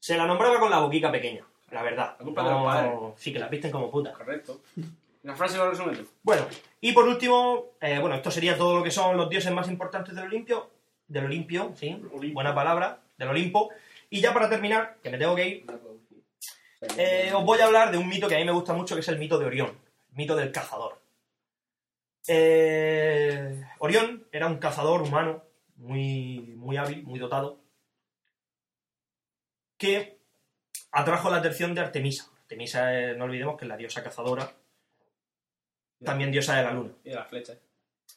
S2: se la nombraba con la boquita pequeña, la verdad.
S5: La culpa de los padres.
S2: sí, que la visten como puta.
S5: Correcto. La frase lo resume tú.
S2: Bueno, y por último, eh, bueno, esto sería todo lo que son los dioses más importantes del Olimpio. Del Olimpio, sí, buena palabra, del Olimpo. Y ya para terminar, que me tengo que ir, eh, os voy a hablar de un mito que a mí me gusta mucho, que es el mito de Orión, el mito del cazador. Eh, Orión era un cazador humano muy, muy hábil, muy dotado, que atrajo la atención de Artemisa. Artemisa, eh, no olvidemos que es la diosa cazadora, también diosa de la luna.
S5: Y de las flechas.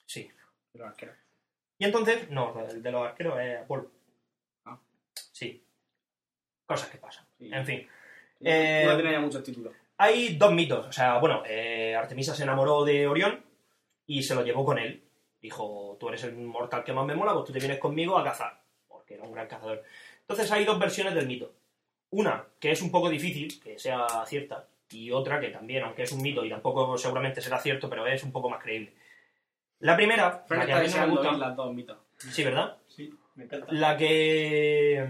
S2: Sí.
S5: Y los arqueros.
S2: Y entonces, no, el de los arqueros es Apolo.
S5: Ah.
S2: Sí. Cosas que pasan.
S5: Sí.
S2: En fin.
S5: No
S2: Eh,
S5: tenía ya muchos títulos.
S2: Hay dos mitos. O sea, bueno, eh, Artemisa se enamoró de Orión y se lo llevó con él. Dijo, tú eres el mortal que más me mola, pues tú te vienes conmigo a cazar. Porque era un gran cazador. Entonces hay dos versiones del mito. Una, que es un poco difícil, que sea cierta. Y otra, que también, aunque es un mito y tampoco seguramente será cierto, pero es un poco más creíble. La primera,
S5: Fran
S2: la que
S5: está
S2: a mí no me
S5: deseando
S2: gusta...
S5: oír las dos mitos.
S2: Sí, ¿verdad?
S6: Sí, me encanta.
S2: La que.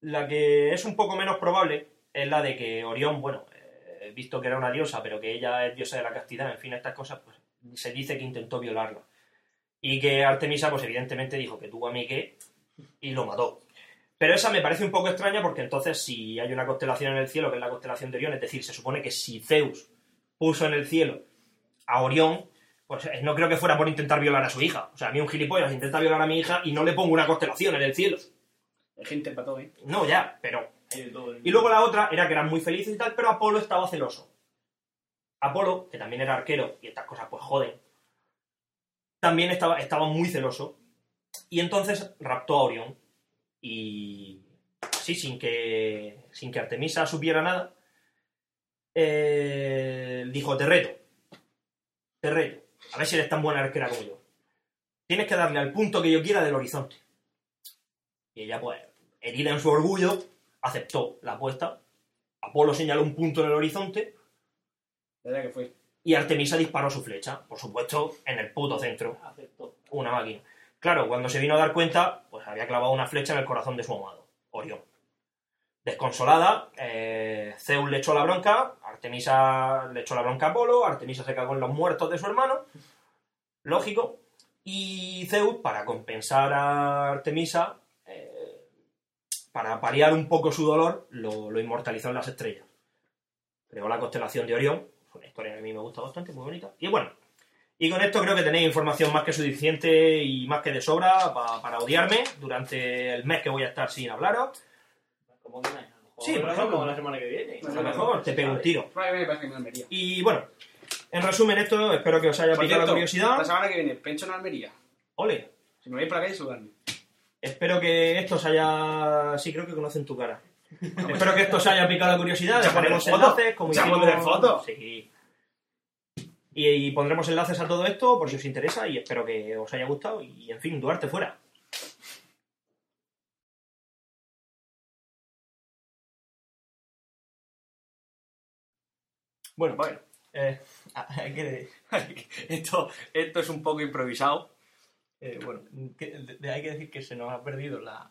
S2: La que es un poco menos probable es la de que Orión, bueno, eh, visto que era una diosa, pero que ella es diosa de la castidad, en fin, estas cosas, pues se dice que intentó violarla. Y que Artemisa, pues evidentemente dijo que tú a mí qué, y lo mató. Pero esa me parece un poco extraña porque entonces, si hay una constelación en el cielo, que es la constelación de Orión, es decir, se supone que si Zeus puso en el cielo a Orión, pues eh, no creo que fuera por intentar violar a su hija. O sea, a mí un gilipollas intenta violar a mi hija y no le pongo una constelación en el cielo.
S5: Hay gente para todo, ¿eh?
S2: No, ya, pero.
S6: Hay de todo. ¿eh?
S2: Y luego la otra era que eran muy felices y tal, pero Apolo estaba celoso. Apolo, que también era arquero, y estas cosas pues joden, también estaba, estaba muy celoso. Y entonces raptó a Orión. Y. Sí, sin que. Sin que Artemisa supiera nada. eh, dijo, te reto. Te reto. A ver si eres tan buena arquera como yo. Tienes que darle al punto que yo quiera del horizonte. Y ella, pues, herida en su orgullo, aceptó la apuesta. Apolo señaló un punto en el horizonte
S5: La verdad que fue.
S2: y Artemisa disparó su flecha, por supuesto, en el puto centro.
S6: Aceptó.
S2: Una máquina. Claro, cuando se vino a dar cuenta, pues había clavado una flecha en el corazón de su amado, Orión. Desconsolada, eh, Zeus le echó la bronca, Artemisa le echó la bronca a Apolo, Artemisa se cagó en los muertos de su hermano, lógico, y Zeus, para compensar a Artemisa, eh, para paliar un poco su dolor, lo, lo inmortalizó en las estrellas. Creó la constelación de Orión, Una historia que a mí me gusta bastante, muy bonita. Y bueno, y con esto creo que tenéis información más que suficiente y más que de sobra pa- para odiarme durante el mes que voy a estar sin hablaros.
S6: Como que no hay, a lo mejor
S2: Sí, por
S6: lo
S2: ejemplo.
S6: hacemos la semana que viene.
S2: A lo mejor te pego un tiro.
S5: Probablemente parece que en Almería.
S2: Y bueno, en resumen esto, espero que os haya
S5: Por
S2: picado la
S5: cierto, La
S2: curiosidad.
S5: semana que viene, Pencho en Almería.
S2: Ole,
S5: Si me vais para la calle, saludadme.
S2: Espero que esto os haya. Sí, creo que conocen tu cara. Espero que esto os haya picado la curiosidad.
S7: Ya
S2: Dejaremos
S7: pondré foto.
S2: enlaces, como
S7: Ya
S2: hicimos-
S7: pondré foto.
S2: Sí. Y, y pondremos enlaces a todo esto por si os interesa y espero que os haya gustado. Y en fin, Duarte fuera. Bueno,
S7: Bueno.
S2: eh,
S1: Ah,
S2: hay que-
S7: esto, esto es un poco improvisado.
S1: Eh, bueno, que- de- de- hay que decir que se nos ha perdido la,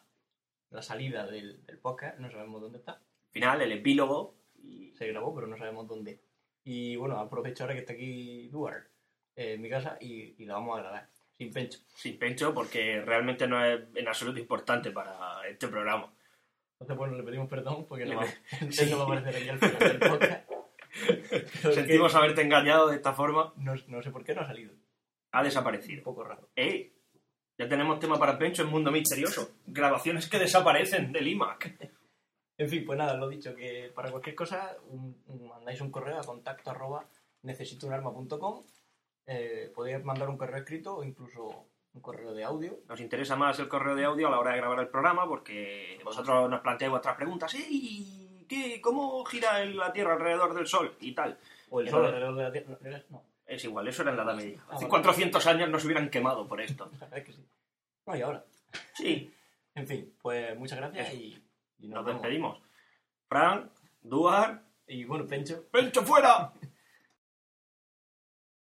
S1: la salida del, del podcast, no sabemos dónde está.
S7: Al final, el epílogo. y-
S1: Se grabó, pero no sabemos dónde. Y bueno, aprovecho ahora que está aquí Duarte eh, en mi casa y, y la vamos a grabar, sin pencho.
S7: sin pencho porque realmente no es en absoluto importante para este programa.
S1: Entonces, bueno, le pedimos perdón porque
S7: Le
S1: no va,
S7: sí.
S1: no va a aparecer aquí al final del podcast. Pero es que
S7: Sentimos haberte engañado de esta forma.
S1: no, no sé por qué no ha salido.
S7: Ha
S1: Un
S7: desaparecido.
S1: poco raro.
S7: ¡Ey! Ya tenemos tema para pencho en Mundo Misterioso. Grabaciones que desaparecen del IMAC.
S1: En fin, pues nada, lo dicho, que para cualquier cosa un- un- mandáis un correo a contacto arroba necesitounarma.com eh, Podéis mandar un correo escrito o incluso un correo de audio.
S7: Nos interesa más el correo de audio a la hora de grabar el programa porque vosotros nos planteáis vuestras preguntas. ¡Ey! ¿Qué? ¿Cómo gira el- la Tierra alrededor del Sol? Y tal.
S1: O el
S7: Que
S1: sol
S7: no-
S1: Eh, alrededor de la Tierra. No, no,
S7: Es igual, eso era en la Edad Media.
S1: Ah,
S7: Hace
S1: vale.
S7: 400 años nos hubieran quemado por esto.
S1: la verdad es que sí. No, y ahora.
S7: Sí,
S1: En fin, pues muchas gracias y, y
S7: nos despedimos. Frank, Duar,
S1: Y bueno, Pencho.
S7: ¡Pencho fuera!